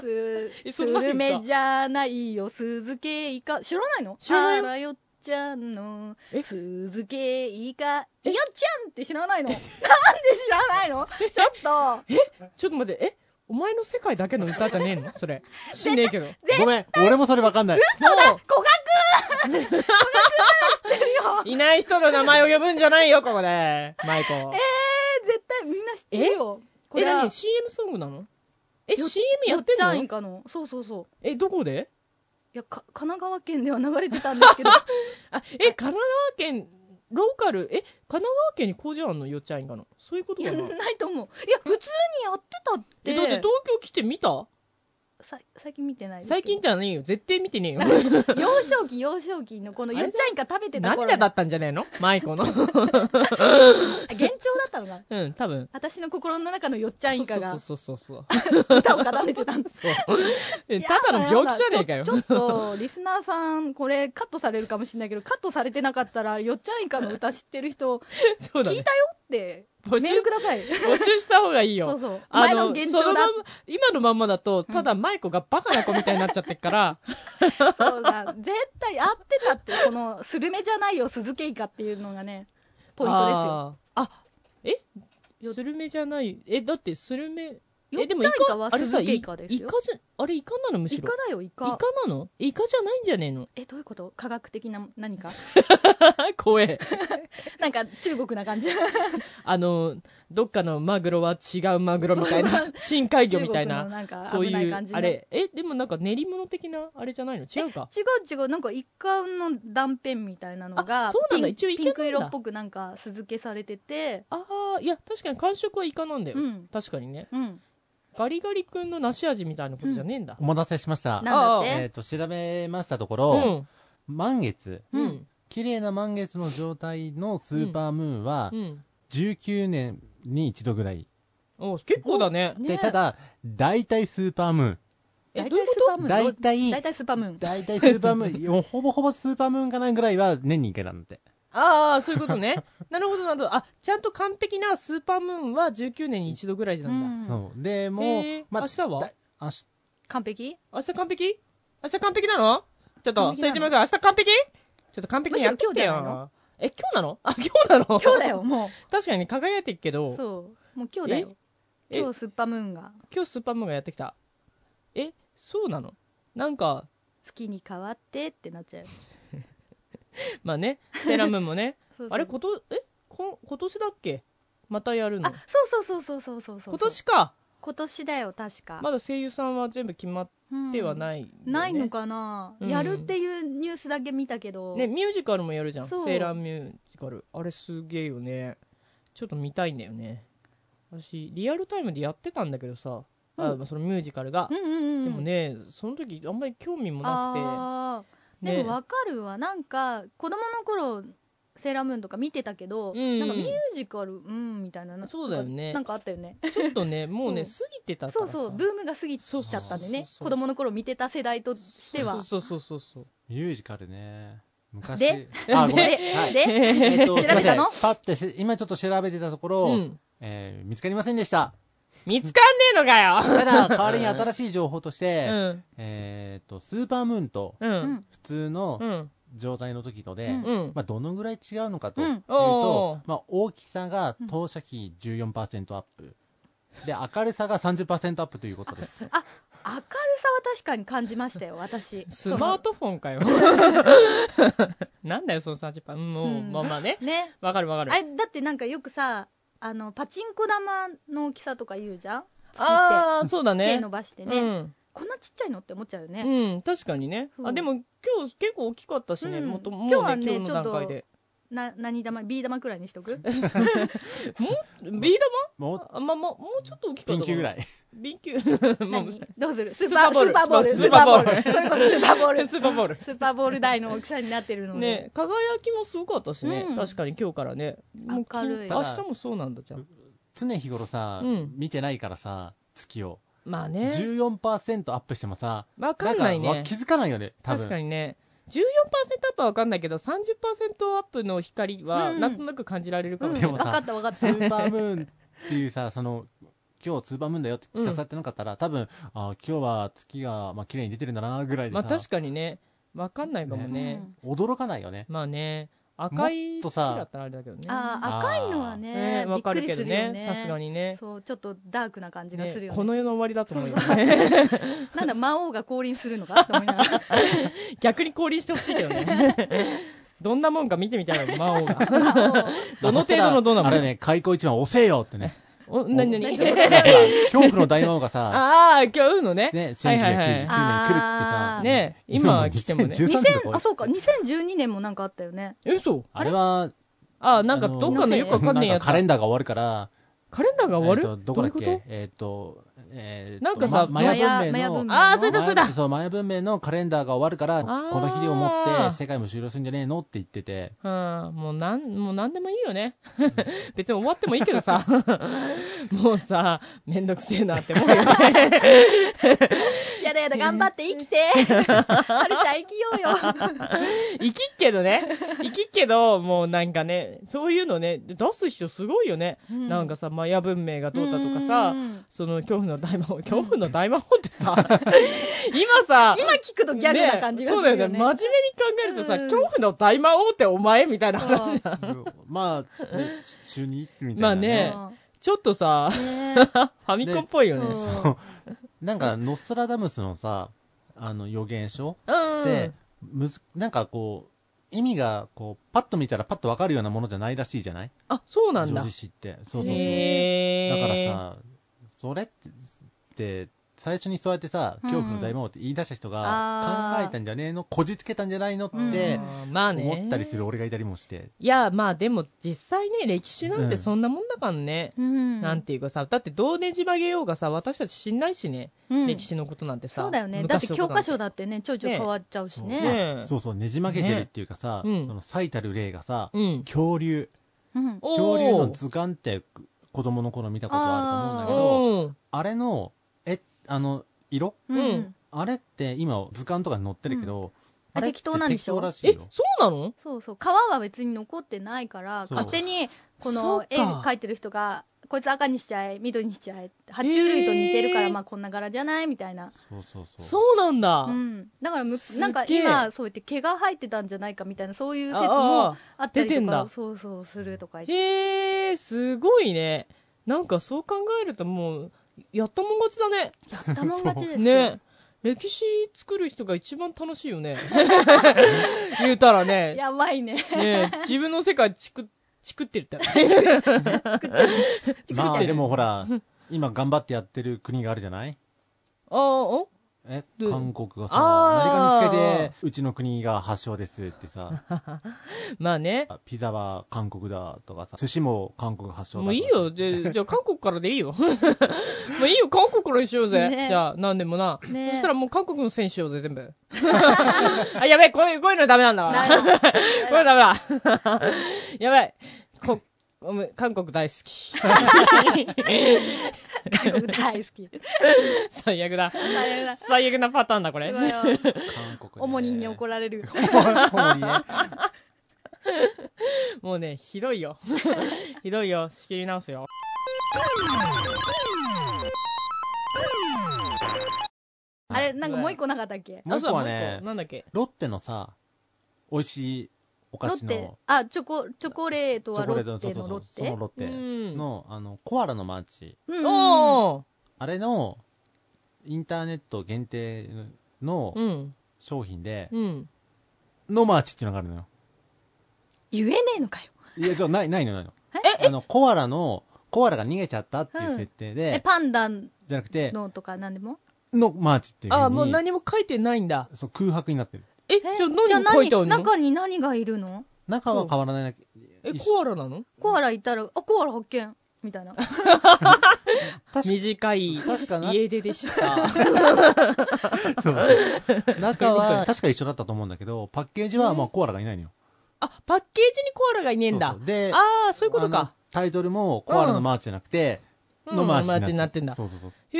す
えそ
ス
んなのいた
ルメじゃないよ、鈴けイカ。知らないの
知らないよ
あらよっちゃんの
え、
鈴けイカ。よっちゃんって知らないのなんで知らないのちょっと、
ちょっと待って、え、お前の世界だけの歌じゃねえの
(laughs)
それ。知んねえけど。も
ごめん、俺もそれ分かんない。
う、
古賀
いない人の名前を呼ぶんじゃないよ、ここで。マイコ。え
くん絶対みんな知ってるよ。これは
何 ?CM ソングなのえ、
よ
CM やって
よっちゃん
ん
イ
の
カの。そうそうそう。
え、どこで
いや、か、神奈川県では流れてたん
(laughs)
ですけど、
あ、え、神奈川県、ローカル、え、神奈川県に工場あんのよっちゃんイカの。そういうこと
い
か
や、
な
ないと思う。いや、普通にやってたっ
え、
て。
だって東京来て見た
さ最近見てないですけ
最
ど
近ってはねえよ。絶対見てねえよ。
幼少期、幼少期のこのよっちゃんイカ食べてた頃。
涙だったんじゃねえのマイコの。
あ幻聴だったのかな
うん、多分。
私の心の中のよっちゃんイカが
そうそうそうそう
歌を絡めてたんです。 (laughs)
そう。え (laughs) ただの病気じゃねえかよ。
ちょちょっと、リスナーさん、これカットされるかもしれないけど、カットされてなかったら、よっちゃんイカの歌知ってる人、
そうだ
聞い
ね。
たよっって、メ
募集
ールください。
募集した方がいいよ。
そうそう
あ
前の現状だ
そのまんま今のまんまだと、ただ舞子がバカな子みたいになっちゃってっから、
そうだ。絶対合ってたって、この、スルメじゃないよ、鈴ケイカっていうのがね、 (laughs) ポイントですよ。
あー。あ、えスルメじゃない。え、だってスルメ、え、
よっち
で
ゃん
も
イ
イ
カ
カ、
は
あれ
鈴
さ、
ケ
イ
イ
カ
カ
じ
ですよ。
ゃ、あれイカなのむし
イ
ろ
カ。だよ、イ
イカ
カ。
なのイカじゃないんじゃねえの (laughs)
え、どういうこと科学的な何か
怖え。
なんか中国な感
(laughs)
じ。
あの、どっかのマグロは違うマグロみたいな、深海魚みたい
中国の
な、
なんか
そう
危ないいう感じ、の
あれ、え、でもなんか練り物的な、あれじゃないの違うか。
違う違う、なんかイカの断片みたいなの
あ
が、
そうなんだ
ピン
一応イ
ピ
カなん
ン
だ
ク色っぽくなんか鈴けされてて、
ああ、いや、確かに感触はイカなんだよ。
うん
確かにね。
うん。
ガリガリ君の梨味みたいなことじゃねえんだ
お。待たせしました。
なんだっ
えってと、調べましたとこ
う
ろ、
ん。
満月、
うん。
綺麗な満月の状態のスーパームーンは
う、ん。
19年に一度ぐらい。
お結構だね。
で、ただ、大体スーパーム
え、
大
どういう
体
こ
スーパー
と
ーン。
ムーンど
大
う。
体、
大体スーパームーン。
大体スーパームーン、 (laughs) もうほぼほぼスーパームーンかなぐらいは年に1回なんだって。
ああ、そういうことね。なるほど、なるほど。あ、ちゃんと完璧なスーパームーンは19年に一度ぐらいなんだ。
うん
そう。で、もう
へー、
ま
明日は
だ明日
完璧
明日完璧明日完璧なのちょっと、
完璧な
政
の
治マ君、明日完璧ちょっと完璧にやってきて
むしろ今日じゃない
よ。え、今日なのあ、今日なの
今日だ。よ、も
確かに輝いてるけど (laughs)
う。、そう。もう今日だよ。
ええ
今日スーパームーンが
今日スーパームーンがやってきた。え、そうなのなんか、
月に変わってってなっちゃう。
まあね、セーラームーンもね、
(laughs) そうそう
あれ、こと、えこ今年だっけまたやるの
あ、そうそうそうそうそうそうそう。
今年か。
今年だよ、確か。
まだ声優さんは全部決まっ
うん
てはないんだよね、
ないのかな、
うん
やるっていうニュースだけ見たけど、
ね、ミュージカルもやるじゃん。セ
そう
ーラーミュージカル。あれすげえよね。ちょっと見たいんだよね。私、リアルタイムでやってたんだけどさ、あ
う
まあそのミュージカルが
うん。うんうん、
でもね、その時あんまり興味もな
あ
く
ー
て。
で
ね
もわかるわなんか子供の頃セーラームーンとか見てたけど、
うん
なんかミュージカルうんみたいなな
そうだよね
なんかあったよね
ちょっとね、もうね、
うん
過ぎてたか
そ
ら
う
さ。
そうブームが過ぎち
そう
ゃったんでね
そうそうそう
子供の頃見てた世代としては
そうそうそうそう
ミュージカルね。昔。
で
あ、ごめん。
で、
はい
で、
え
(laughs)
っと、
調べたの
すいませんパッてし、今ちょっと調べてたところ、
そう。うん。
えー見つかりませんでした。
見つかんねえのかよ
た
(laughs)
だ、代わりに新しい情報として、
うん。
えっと、スーパームーンと
う。
うんん
普通の
うん。
状態の時とで、
うん
まあ、どのぐらい違うのかと
うん
いう
お
と、まあ、大きさが投射比14%アップ。で、明るさが30%アップということです。
明るさは確かに感じましたよ私
スマートフォン
(laughs)
かよ。なんだよ、その30パー。うんもう、
うん
まあまあね
そ。のね
わかるわかる。
あれだってなんかよくさあのパチンコ玉の大きさとか言うじゃん月っ
ああ、そうだ
て手
ね
伸。ばしてね、
うん。
こんなちっちゃいのって思っちゃうよね、
うん、確かにね。
そう
あ、でも今日結構大きかったしね。
うん
もともう
今日は
ね、
ね
今日の段階で。
な何玉 B 玉くらいにしとく
ビー
もう、
玉あまあ、まあ、もうちょっと大きかったか
ピンキ
な。
ーぐらい。
B 級。 (laughs) もう
何どうするス
ー
ー
パ
パ
ー
ー
ボ
ボ
ー
ー
ル
ルスーパーボール
ス
ス
ー
ー
パ
パ
ー
ー
ボ
ボ
ール
ールそれこそスーパーボール
スーパーボール。
スーパーボール大の大きさになってるので、
ね、輝きもすごかったしね。
うん
確かに今日からね。もう
明るい
明日もそうなんだじゃん。
常日頃さ、
うん
見てないからさ、月を。
まあね。
14%アップしてもさ、
わかんないね
んか気づかないよね、多分。
確かにね。14%アップはわかんないけど、30%アップの光は、
うん
なんとなく感じられるか
う
も
ん、
ね。
でもさ
分かった分かっ
ス
た
ーパームーンっていうさ、その、今日スーパームーンだよって聞かされてなかったら、多分、あ今日は月が、まあ、綺麗に出てるんだな、ぐらいで
ま
さ、
あ確かにね。わかんないかもね。
驚かないよね。
まあね。赤い
もっと
月
さ
だったらあれだけどね。
あー赤いのはね
ね、わかるけど
びっくりする
ね
よ。ね
さすがにね。
そうちょっとダークな感じが
ね
するよね
この世の終わりだと思うよね。
なんだ魔王が降臨するのかと思いながら
(laughs) 逆に降臨してほしいけどね。 (laughs) どんなもんか見てみたいな、魔
(laughs)
(laughs)
王が。どの程度のどうな
あ
の
れね、開口一番押せよってね。
(laughs) お、なになに
ほら恐怖の大魔王がさ、
ああ、今日のね。
ね、1999
はい
年
はい
来るっ
は
て
い。
さ
あ、ー
ね今は来ても
2013
ね
だぞ
2000あそうか2012年もなんかあったよね
え、嘘
あれは、
ああ、なんかどっかのよくわかんない
な
や
ん
つ
かカ
だ。
レンダーが終わるから、
カレンダーが終
え
わ
ーと
る
どこだっ
ういう
けえっと、えーっと
なんかさ
まマヤ文
マヤ
明の
マヤ文明
ああ、それだ、それだ
マヤ。そうマヤ文明のカレンダーが終わるからこ
ー
の日をもって世界も終了するんじゃねえのって言って
(laughs)
て
うん、もうなん、もうなんでもいい
(laughs)
よね。別に終わってもいいけどさ。 (laughs) もうさ、めんどくせえなって思うよね。
やだやだ、頑張って生き (laughs) て。はるちゃん生きようよ。
生きっけどね。生きっけど、もうなんかね、そういうのね、出す人すごいよね。
ん
なんかさ、マヤ文明がどうだとかさ
うん、
その恐怖の大魔王、 (laughs) 恐怖の大魔王っ
(laughs)
てさ、今さ、
今聞くとギャグな感じがするよ
ねそ
ね。
うだよね。真面目に考えるとさ、
うん
恐怖の大魔王ってお前みたいな話だ。
まあ、ね、ち中二みたいな、
まあねちょっとさ、
うんね
ファミコンっぽいよね。
うん
なんかノストラダムスのさあの予言書
うん。
って、むずなんかこう意味がこうパッと見たらパッとわかるようなものじゃないらしいじゃない
あ、そうなん
女
だ
子。誌ってそうそうそう、
へ
だから
ー、
さそれってって最初にそうやってさ
うん
恐怖の大魔王って言い出した人
あ
が
ー
考えたんじゃねえのこじつけたんじゃないのっ
うん
て
まあね。
思ったりする俺がいたりもして、
いや、まあでも実際ね、歴史なん
う
て
ん
そんなもんだからね。
うん
なんていうかさ、だってどうねじ曲げようがさ、私たち知んないしね、
うん
歴史のことなんてさ。
そうだよね。だって
昔の
教
ことな
科
ん
書だってね、ちょいちょい変わっちゃうしね。
ねえ
そうそうねじ曲げてるっていうかさ、
ねうん
その最たる例がさ、
うん
恐竜
うん
おー
恐竜の図鑑って子供の頃見たことあると思うんだけど、
うん。
あれの、え、あの、色
うん
うん
あれって今図鑑とかに載ってるけど、
あ
あれって
適当なんでしょ
適当らし
え
いよ、。
そうなの
そうそう。皮は別に残ってないから、
そう
勝手に、こ
そう
の
か
絵描いてる人が、こいつ赤にしちゃえ、緑にしちゃえ、爬虫類と似てるか
へ
ら、
ー
まあこんな柄じゃないみたいな。
そうそうそう。
そうなんだ
う。ん。だからむ
す、げえ
なんか今、そうやって毛が生えてたんじゃないかみたいな、そういう説
あ
も
あ
あったり
出てん
と
だ
か、そうそう、するとか言って
(laughs) へえ、すごいね。なんかそう考えるともう、やったもん勝ちだね。
やったもん勝ちですよ。
ね。歴史作る人が一番楽しいよね。言うたらね。
やばいね。
ね自分の世界ちく、ちくってるって。
まあでもほら、今頑張ってやってる国があるじゃない
ああ、ん
え、
どう
韓国がさ、
あー
何かにつけて、うちの国が発祥ですってさ、
まあね。
あピザは韓国だとかさ、寿司も韓国発祥だとか
もういいよ。で、 (laughs) じゃあ韓国からでいいよ。もういいよ、韓国からにしようぜ。
ね
じゃあ、なんでもな。
ね
そしたらもう韓国の選手しようぜ、全部。 (laughs) あ、やべえ、こういう、こういうのダメなんだわ。 (laughs) こ
な (laughs) るほど
ういうのダメだ。 (laughs) やばい。こ、おめ韓国大好き。 (laughs)
韓国大 (laughs) 好き。
最悪だ。
大変だ
最悪なパターンだ、 (laughs) これ。
うわよ
韓国、ね。
主にに怒
る。
られる。
(laughs) 主にね。
もうね、ひどいよ。 (laughs) ひどいよ。仕切り直すよ。
あれ、なんかもう一個なかったっけ
もう一個はね
あそうだもう一個なんだっけ
ロッテのさ、美味しいお菓
ロ
子
ッテ
の、。
あ、チョコ、チョコレート
チ
は
ョコ
ロ
レートの、
ッ
そう
テ
そう
の
そ
ロ
う、その
ッ
ロッテ
うん
の、あの、コアラのマーチ。
テお
おー
あれの、インターネット限定の
うん。
商品で、
うん。
のマーチっていうのがあるのよ。
言えねえのかよ。
いや、じゃあない、ないの、ないの。あの、コアラの、コアラが逃げちゃったっていう設定
え、
で、
パンダ
じゃなくて、
のとか何でも
のマーチっていう
あ、
風
もう
に、
何も書いてないんだ。
そう空白になってる。
え、じ
え
ゃあ何が書いてある
じゃあ
の
中に何がいるの
中は変わらないな。
え、
一
コアラなの
コアラいたら、あ、コアラ発見みたいな。
確
短い
確かな
家出で (laughs) した。
かそう中は、確か一緒だったと思うんだけど、パッケージはまあコアラがいないのよ。
あ、パッケージにコアラがいねえんだ
そう。そうで
ああ、そういうこと
あの
か。
タイトルもコアラのマーチじゃなくて、
うん
のマーチ
うんマーチに
に
な
な
っ
ってて
んだ
そうそうそうそう。
へ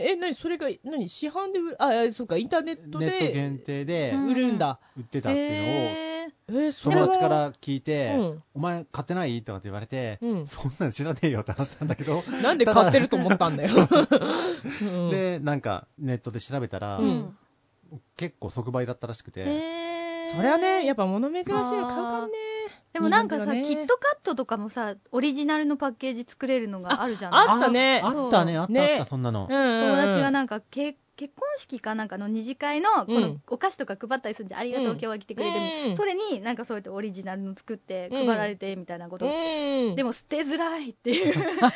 え、え、なにそれが、なに市販で売、あ、あそうか、インターネット
ネット
で
限定で
売るんだ。
売ってたっていう
へー
えー、それ
の
は
を友達か。ら聞いて
うん、
お前買ってないとかって言われて
うん、
そんなの知らねえよって話なんだけど、
なんで買ってると思ったんだよ。 (laughs)
ただで、なんかネットで調べたら
う、ん。
結構即売だったらしくて、
へー
そりゃね、やっぱ物珍しいの買うからね。
でもなんかさ、
人
キ
間だね
ットカットとかもさ、オリジナルのパッケージ作れるのがあるじゃん。
あったね
ああったね、あったあっ
ね
た、そんなの
う。んうん
友
うん。
達がなんかけ結婚式かなんかの二次会のこ
う
の
ん
お菓子とか配ったりするんじゃん、ありがとう
う
ん今日は来てくれてみ、
うん
それになんかそうやってオリジナルの作って
う
配
ん
られてみたいなこと、
うん。
でも捨てづらいって
(laughs)
いうなんだ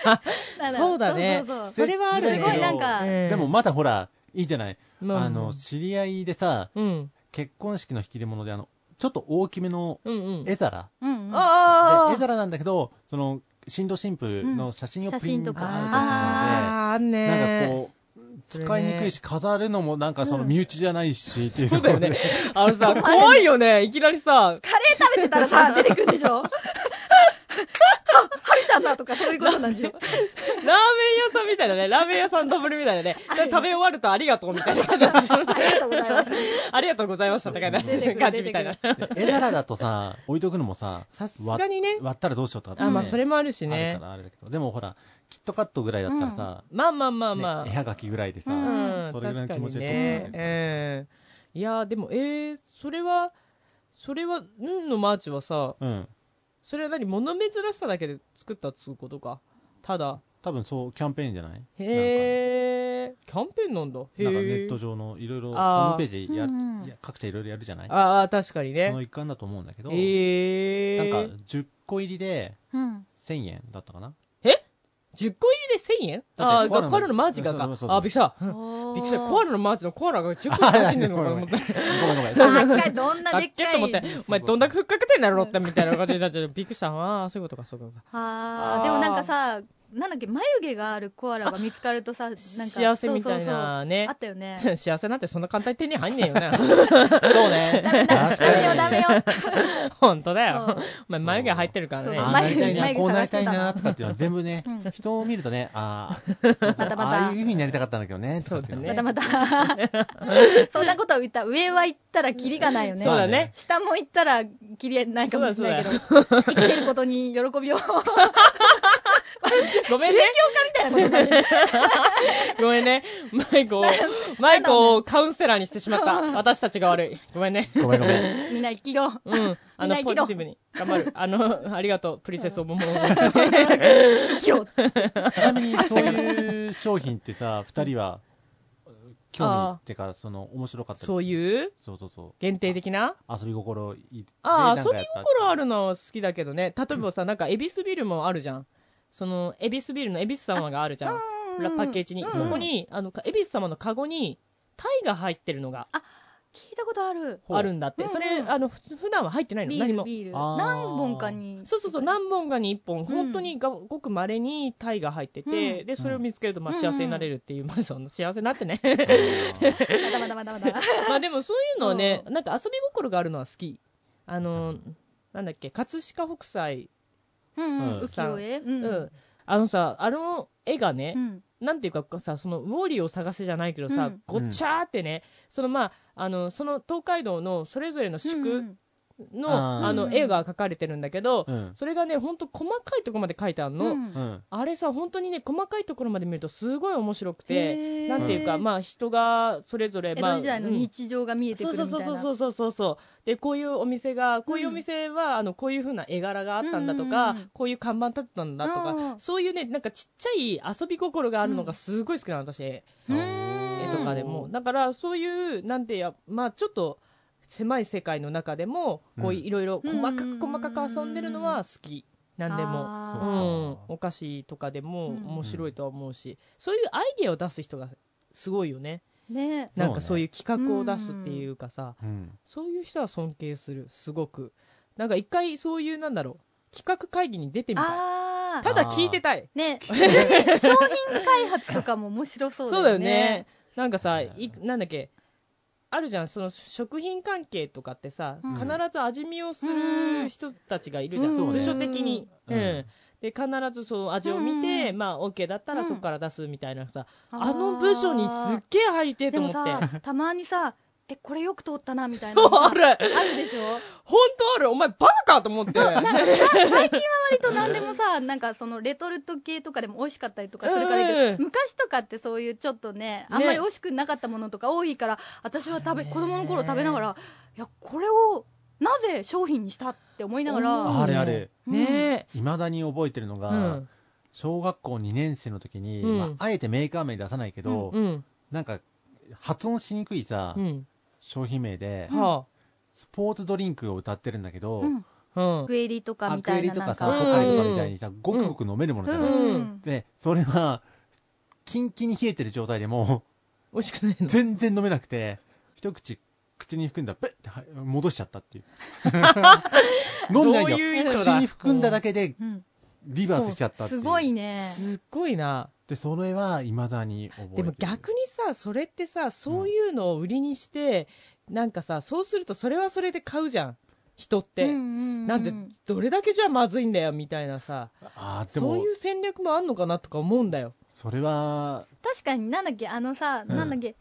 ろ
そうだね
そうそう。そ
それはあるね。
す
うすごいなんか、
うん
でもまだほら、いいじゃない。
うん
あの、知り合いでさ、
うん。
結婚式の引き出物で、あの、ちょっと大きめの
うんうん。
絵皿。
うんうん、
あ
で、絵
あ。
皿なんだけど、その、新郎新婦の写真を
うん
プリントアウトした
あー、あん
の
ね
で、
ー。
なんかこう、使いにくいし、飾るのもなんかその身内じゃないし、っていう
そ
と
う
こ
だよ
ろで。
ね。 (laughs) あのさ、怖いよね。いきなりさ、
カレー食べてたら
(laughs)
さ、出てくるでしょ (laughs) あ、はるちゃんだとかそういうことなんで
(laughs)
しょ
ラーメン屋さんみたいなね。ラーメン屋さんダブルみたいなね。で食べ終わるとありがとうみたいな (laughs) 感じ。
ありがとうございます。
ありがとうございました。みたいな
出てくる
(laughs) 感じみたいな
出。
で絵柄だとさ、置いとくのもさ、
さすがにね
割割ったらどうしようとかってね
あ、まあ、それもあるし
ある
ね
か。らあれだけど。でもほら、キットカットぐらいだったらさ、
まあまあまあ
ね
まあ。
絵はがきぐらいでさ、
うん、
それぐらいの気持ちで撮っ。
ね
てもらえる
ええいやーでも、えー、それは、それは、んのマーチはさ、
からうん。
それは何物珍しさだけで作ったっつうことか。ただ、
多分そう、キャンペーンじゃない
へえ、キャンペーンなんだ。へえ。
なんかねなんかネット上のいろいろ、ホ
あー
ームページや
うんうん
いや各社いろいろやるじゃない
ああ、確かに
そ
ね
の。一環だと思うんだけど、
ええ
なんか10個入りで
うん。
1000円だったかな
え ?10 個入りで1000円あ
だっ
あ、
て
コア
コアラ
ラ
の
のマーチが
そ
か
うそう。そう
あ、びっくりした。びっくりした。コアラのマーチのコアラが10個入ってんのかと思った。
ごめんごめん。
さあ、一回どんな
あっ
でっ
け
か
と思って
い。、
お前どんだけふっかけてんだろうってみたいな感じになっちゃう。びっくりした。ああ、そういうことか、そ
(laughs)
ういうことか。
あ
あー
ーでもなんかさ、なんだっけ、眉毛があるコアラが見つかるとさ、なんか。
幸せみたいなね
そうそうそうあったよね。
幸せなんてそんな簡単に手に入んねえよ
(laughs)
な。
そうね。確
ダメよ、ダ
か
メ
に。
よ。
本当だよ
そう。
お前眉毛入ってるからね。
そう
ああ
あ
なりたいな、
眉毛
こうなりたいな、とかっていうのは全部ね、人を見るとね、ああ、そうそう
またまた
ああいう風になりたかったんだけどね、
そうだね
とかってい
ま
うの
た
は
また。
(laughs)
そんなことを言ったら、上は行ったらキリがないよね。
そうだね。
下も行ったらキリないかもしれないけど、生きてることに喜び
(laughs)
を。宗教
ごめんね。
家みたいなことになってる
ごめ
(laughs)
んね。マイクを、マイクをカウンセラーにしてし
(laughs)
まった。私たちが悪い。ごめんね。
ごめんごめん。
みんな生きろ。
うん。あの
み、んな生き
ポジ
ろ
ティブに。頑張る。あの、ありがとう。プリンセスオブモンゴル。
生きろ。
ちなみ
(laughs)
に、そういう商品ってさ、二人は、興味っていうか、その、面白かったりする
そういう
そうそうそう。
限定的な
遊び心い
ああ、
で
遊び心あ
る。
るの好きだけどね。例えばさ、なんか、エビスビルもあるじゃん。その、エビスビルのエビス様があるじゃん。ラパッケージに。そこに、あの、エビス様のカゴに、タイが入ってるのが
聞いたことある。
ほう
あるんだって。それ、あの、ふ普段は入ってないの。
ビ
何
ール、
も。
ビール。
あー
何本かに。
そうそうそう、何本かに1本、本当にがごく稀にタイが入ってて、
う
で、それを見つけると、まあ、
うん
幸せになれるっていう、まあ、その幸せになってね。
まだまだまだま
(laughs)
だ。
まあ、でもそういうのはね、なんか遊び心があるのは好き。あの、なんだっけ、葛飾北斎、
うんうん
う。ん
浮世絵う。
うんん。あのさ、あの絵がね、
うん
なんていうかさ、そのウォーリーを探せじゃないけどさ、
うん
ごっちゃーってね、そのまあ、あの、その東海道のそれぞれの宿
う
の、
ん
あー
あの、絵が描かれてるんだけど、 (laughs)
うん
それがね、ほんと細かいところまで描いてあるの。
うん
うん。
あれさ、本当にね、細かいところまで見るとすごい面白く
へ
て、
ー
なんていうか、まあ人がそれぞれ、
江
まあ、
戸時代の
うん
日常が見えて
そ
く
う
る
そ
み
う
たいな。
そうそうそうそうそう。で、こういうお店が、こういうお店は、あの、こういう風な絵柄があったんだとか、
うんうんうん
こういう看板立ってたんだとか、
うん
そういうね、なんかちっちゃい遊び心があるのがすごい好きなの、私、絵
絵
とかでも。。だから、そういう、なんてや、まあちょっと、狭い世界の中でも、こういろいろ細か
う
く
ん
細かく遊んでるのは好き。なんでも。
あ
そう
ー
うん、お菓子とかでも
うん
面白いとは思うし、そういうアイディアを出す人がすごいよね
ね
なんかそういう企画を出すっていうかさ、
うん。
そういう人は尊敬するすごくなんか一回そういうなんだろう企画会議に出てみたい
ああ。
ただ聞いてたい (laughs)
ね普通に商品開発とかも面白そうだ
そう
よね。
だよね。なんかさ
はい
いなんだっけあるじゃんその食品関係とかってさ、
うん
必ず味見をする人たちがいるじゃん、
うん
部署的に、
うん
うんで必ずそう味を見て、まあ OK だったら
うん
そこから出すみたいなさ、
あー
あの部署にすっげえ入りてえ
で
と思
も
って。
さ、たまにさ、え、これよく通ったな、みたいな。
そう (laughs) ある
あるでしょ
本当あるお前バカかと (laughs) 思って。
割と何でもさ、なんかそのレトルト系とかでも美味しかったりとかするからいいけど、
うんうん
昔とかってそういうちょっとね、あんまり美味しくなかったものとか多いから、私は食べ、子供の頃食べながら、いや、これをなぜ商品にしたって思いなが
あ
ら、
れあれ。
ねえ。
いまだに覚えてるの
う
が
ん、。
小学校2年生の時に、
うん
まああえてメーカー名出さないけど
う、ん。
なんか、発音しにくいさ
う、ん。
商品名で、
は
スポーツドリンクを歌ってるんだけど
う、ん、
あ。うん。
クエリとか
ア
み
ク
た
エ
い
リ
な
と
な
か
ん
さ、
か。
コカリとかみたいにさ、ごくごく飲めるものじゃ
う
ない
ん
ん。
で、それは、キンキンに冷えてる状態でも、
美味しくないうの
全然飲めなくて、一口、口に含んだら、ペッてはい戻しちゃったっていう。飲んでないんだ
(laughs) どういう意
よ。
図だ
口に含んだだけで、
うん
リバースしちゃったってい
す
う
ごいね。
すっごいな。
でそれはいまだに覚えてる
でも逆にさ、それってさ、そういうのを売りにして、なんかさ、そうするとそれはそれで買うじゃん。人って。
うんうんうん
なんで、どれだけじゃまずいんだよ、みたいなさ。
ああで
そ
も
ういう戦略もあんのかなとか思うんだよ。
それは
確かになんだっけあのさ、
うん
なんだっけ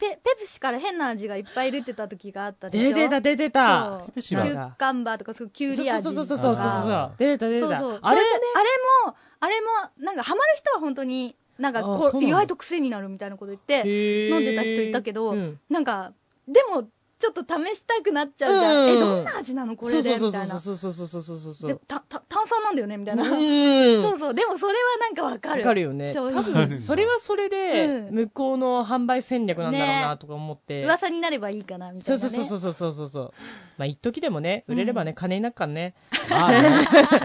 ペペプシから変な味がいっぱい出てた時があったでしょ
出てた、出てた。
そう
ペプシは
キュッカンバーとかそうキュウリ味
そうそうそう
と
そうそう
か
そうそ
あ
う。出てた、出て
そう
た
そう。
あれもね、
そあれもあれもなんかハマる人は本当になんか
あそう
こ
なん
う
だ
意外と癖になるみたいなこと言って
飲
飲んでた人いたけど、
うん
なんかでもちょっと試したくなっちゃうじゃん、
うん
えどんな味なのこ
そう
れで
そうそう
みたいな
そうそうそうそうそうそうそ
で
う
も。たた炭酸なんだよねみたいな、
うん
そうそうでもそれはなんかわかる
わかるよね
正直
多分それはそれで
うん
向こうの販売戦略なんだろうなとか思って、
噂になればいいかなみた
そ
いうな、
そ
ね、
うそうそうそうそうそうまあ一時でもね売れればね、金になっからね
まあ
(laughs)
ね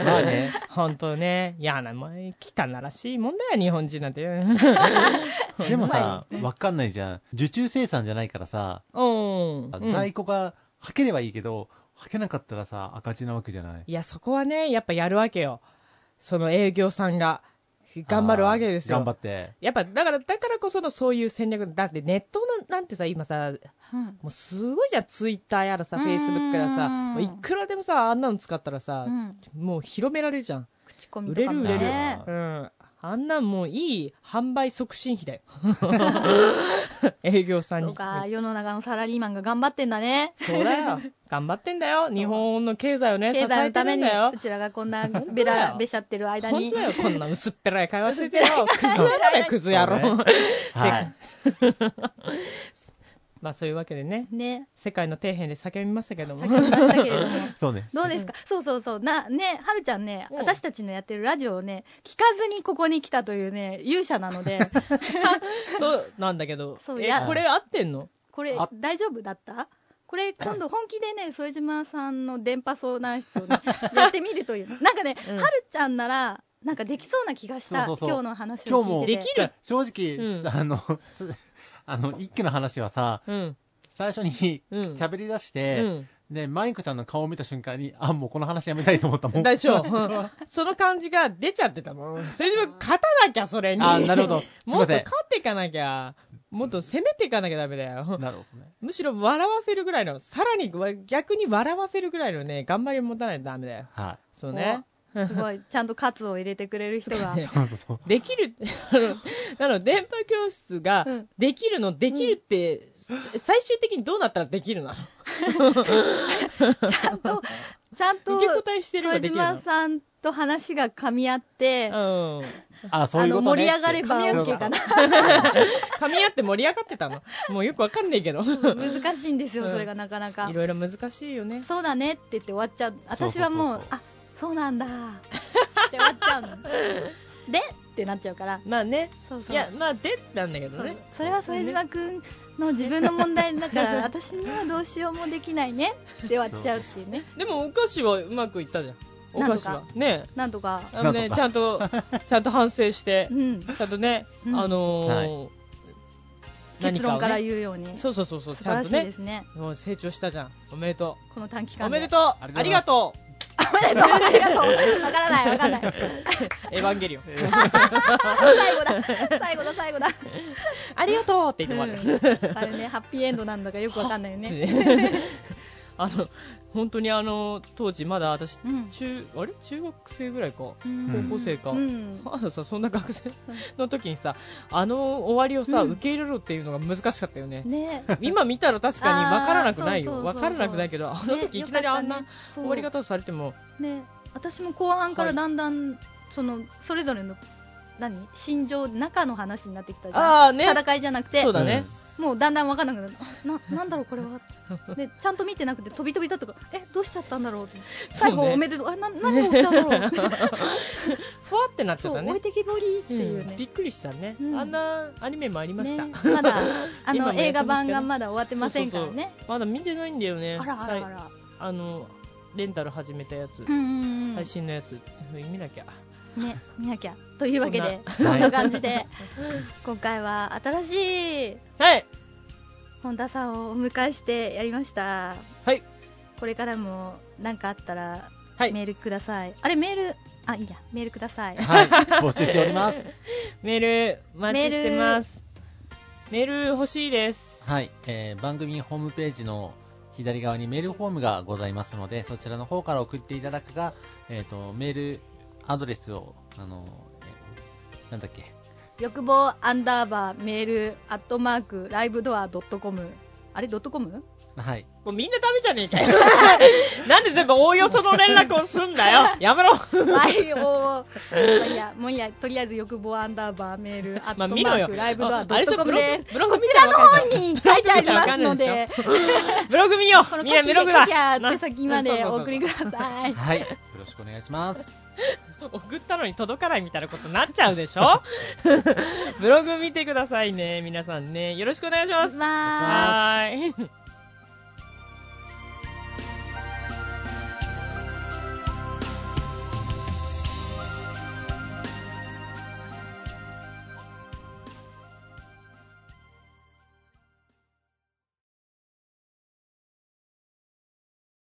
まあね
本当ね嫌なもん汚らしいもんだよ日本人なんて (laughs)
でもさわかんないじゃん受注生産じゃないからさ
うんうん
在庫がはければいいけどはけなかったらさ赤字なわけじゃない
いやそこはねやっぱやるわけよその営業さんが頑張るわけですよ
あー頑張って
やっぱだからだからこそのそういう戦略だってネットのなんてさ今さ
うん
もうすごいじゃんツイッターやらさ
う
フ
ん
ェイスブックやらさもういくらでもさあんなの使ったらさ、
うん
もう広められるじゃん、
口コミとかもね
売れる
れる
売うん、あんなんもういい販売促進
(laughs)
費だよ営業さん
そう
に
か世の中のサラリーマンが頑張ってんだね
そうだよ頑張ってんだよ日本の経済をね支
経
え
済の
て
た
る
め
ん
に
だよ
うちらがこんなべらべしゃってる間
本
に
当だよこんな薄っぺらい会話して
(laughs)
てよクズ野郎だよクズ野
そう
郎
はい
(laughs) まあそういうわけでね
ね
世界の底辺で叫びましたけども
叫びましたけれども
そうね
どうですかそうそうそうなねはるちゃんね
うん
私たちのやってるラジオをね聞かずにここに来たというね勇者なので
そうなんだけど
そう
え
いや
これ合ってんの
これ
あ
大丈夫だったこれ今度本気でね副島さんの電波相談室をねやってみるというなんかね
うん
はるちゃんならなんかできそうな気がした
そうそう
今
そう
日の話
今
を
日も
聞いてて
できる
正直、
うん
あの (laughs) すあの一家の話はさ
うん
最初に
うん
喋り出し
う
て、
ん
で、マイコちゃんの顔を見た瞬間に、あ、もうこの話やめたいと思ったもん。
(laughs) 大丈
(laughs)
夫。その感じが出ちゃってたもん。それ自分勝たなきゃ、それに。
あ、な
(laughs)
るほど。すい
もっ
ま
と
せん
勝。っていかなきゃ。もっと攻めていかなきゃダメだよ。
なるほどね。
むしろ笑わせるぐらいの、さらにわ逆に笑わせるぐらいのね、頑張りを持たないとダメだよ。
は
そうね。
すごいちゃんとカツを入れてくれる人が
い。そうそうそう。
できる、 (laughs) あの、なの、電波教室が
うん、
できるの、できるって、最終的にどうなったらできるなの
ちゃんとちゃんと
受け答えしてればで
副
きるの
島さんと話が噛み合って、
うん。 (laughs)
あ、そういうことね。
あの盛り上がれば OK かな。
噛み合って盛り上がってたの。もうよくわかんないけど。
難しいんですよ、
うん
それがなかなか
(laughs) いろいろ難しいよね。
そうだねって言って終わっちゃう
そうそう
私
そう
はもうあそうなんだって終わっちゃう
(laughs)
のでってなっちゃうから
まあね。
そうそう
いや、まあ、でなんだけど
そう
ね。
それは副島君の自分の問題だ
(laughs)
から私にはどうしようもできないねって終わっちゃうっていうね
でもお菓子はうまくいったじゃんお
なん
菓
と
子
か
はね
なんとか
あのね
なんとか
ちゃんと (laughs) ちゃんと反省して
うん
ちゃんとね、
うん
あのー何
結
かを
論から
ね
言うように素
そうそうそうそうち
晴
ゃ
ら
ん
し
と
いで
ね
すね
もう成長したじゃんおめでと
この短期
うお
間
めで
う
とう
あ
あ
り
り
が
が
と
と
おめでとう (laughs) ありがとうわからないわからない
うエヴァンゲリオン
最後だ最後だ最後だ
ありがとうって言ってもらう
あれねハッピーエンドなんだかよくわかんないよね
(laughs) あの本当にあの当時まだ私
うん
中あれ中学生ぐらいか
うん
高校生か
うん
あのさそんな学生の時にさあの終わりをさ、受け入れろっていうのが難しかったよね (laughs)
ね
今見たら確かに分からなくない
あー
よ
そうそうそう
分
そう
からなくないけどあの時いきなりあんな終わり方されても
ね私も後半からだんだん、そのそれぞれの何心情中の話になってきたじゃん
ああね
戦いじゃなくて
そうだね
もうだんだん分かんなくなるななんだろうこれはでちゃんと見てなくて飛び飛びだとかえどうしちゃったんだろうって最後おめでとうあな何が起きたんだ
(laughs)
ろう
ふわってなっちゃ
そ
っ
う
た
置
ね
いてきぼりっていう
うん
ね
びっくりしたね
うん
あんなアニメもありました
ねま
(laughs)
だあ
今
の
もや
映
ってますけど
画版がまだ終わってませんからね
まだ見てないんだよね
あらあらあ
さい
ら
あのレンタル始めたや
う
つ
んうんうん
最新のやつそういう意味なきゃ
ね見なきゃというわけで
んな
そんな感じで (laughs) 今回は新しい
はい
本田さんをお迎えしてやりました
はい
これからも何かあったら
はい
メールください、あれメールあ、いいや、メールください。 (laughs)
はい、募集しております。
メール、待ちしてます。メール欲しいです。
はい、えー番組ホームページの左側にメールフォームがございますので、そちらの方から送っていただくか、えっ、と、メールアドレスを、あの、えーなんだっけ、
欲望アンダーバーメールアットマークライブドアドットコム。あれドットコム
はい、
もうみんなダメじゃねえかよ。 (laughs) なんで全部おおよその連絡をすん
(laughs)
だよ。やめろ。
?YO。まあいいや、もういいや、とりあえず欲望アンダーバーメールアッ
ま
トマ
あ見ろ
ー
よ
クライブドアド
ああれ
ッ
でし
ト
ょ
コムです。
ブログブ
こ
ログ見
ち
た
ら
ら
の
わかる
方に書いてありますので、
ブログ見よ
こ
う。
の
み
コ
ん
キ
な
ャ
ブログだ。
手先まで
な
お送りく
(laughs)
ださい。
はい、よろしくお願いします。
送ったのに届かないみたいなことになっちゃうでしょ
(laughs)
ブログ見てくださいね皆さんねよろしくお願いします
まあ、
はーい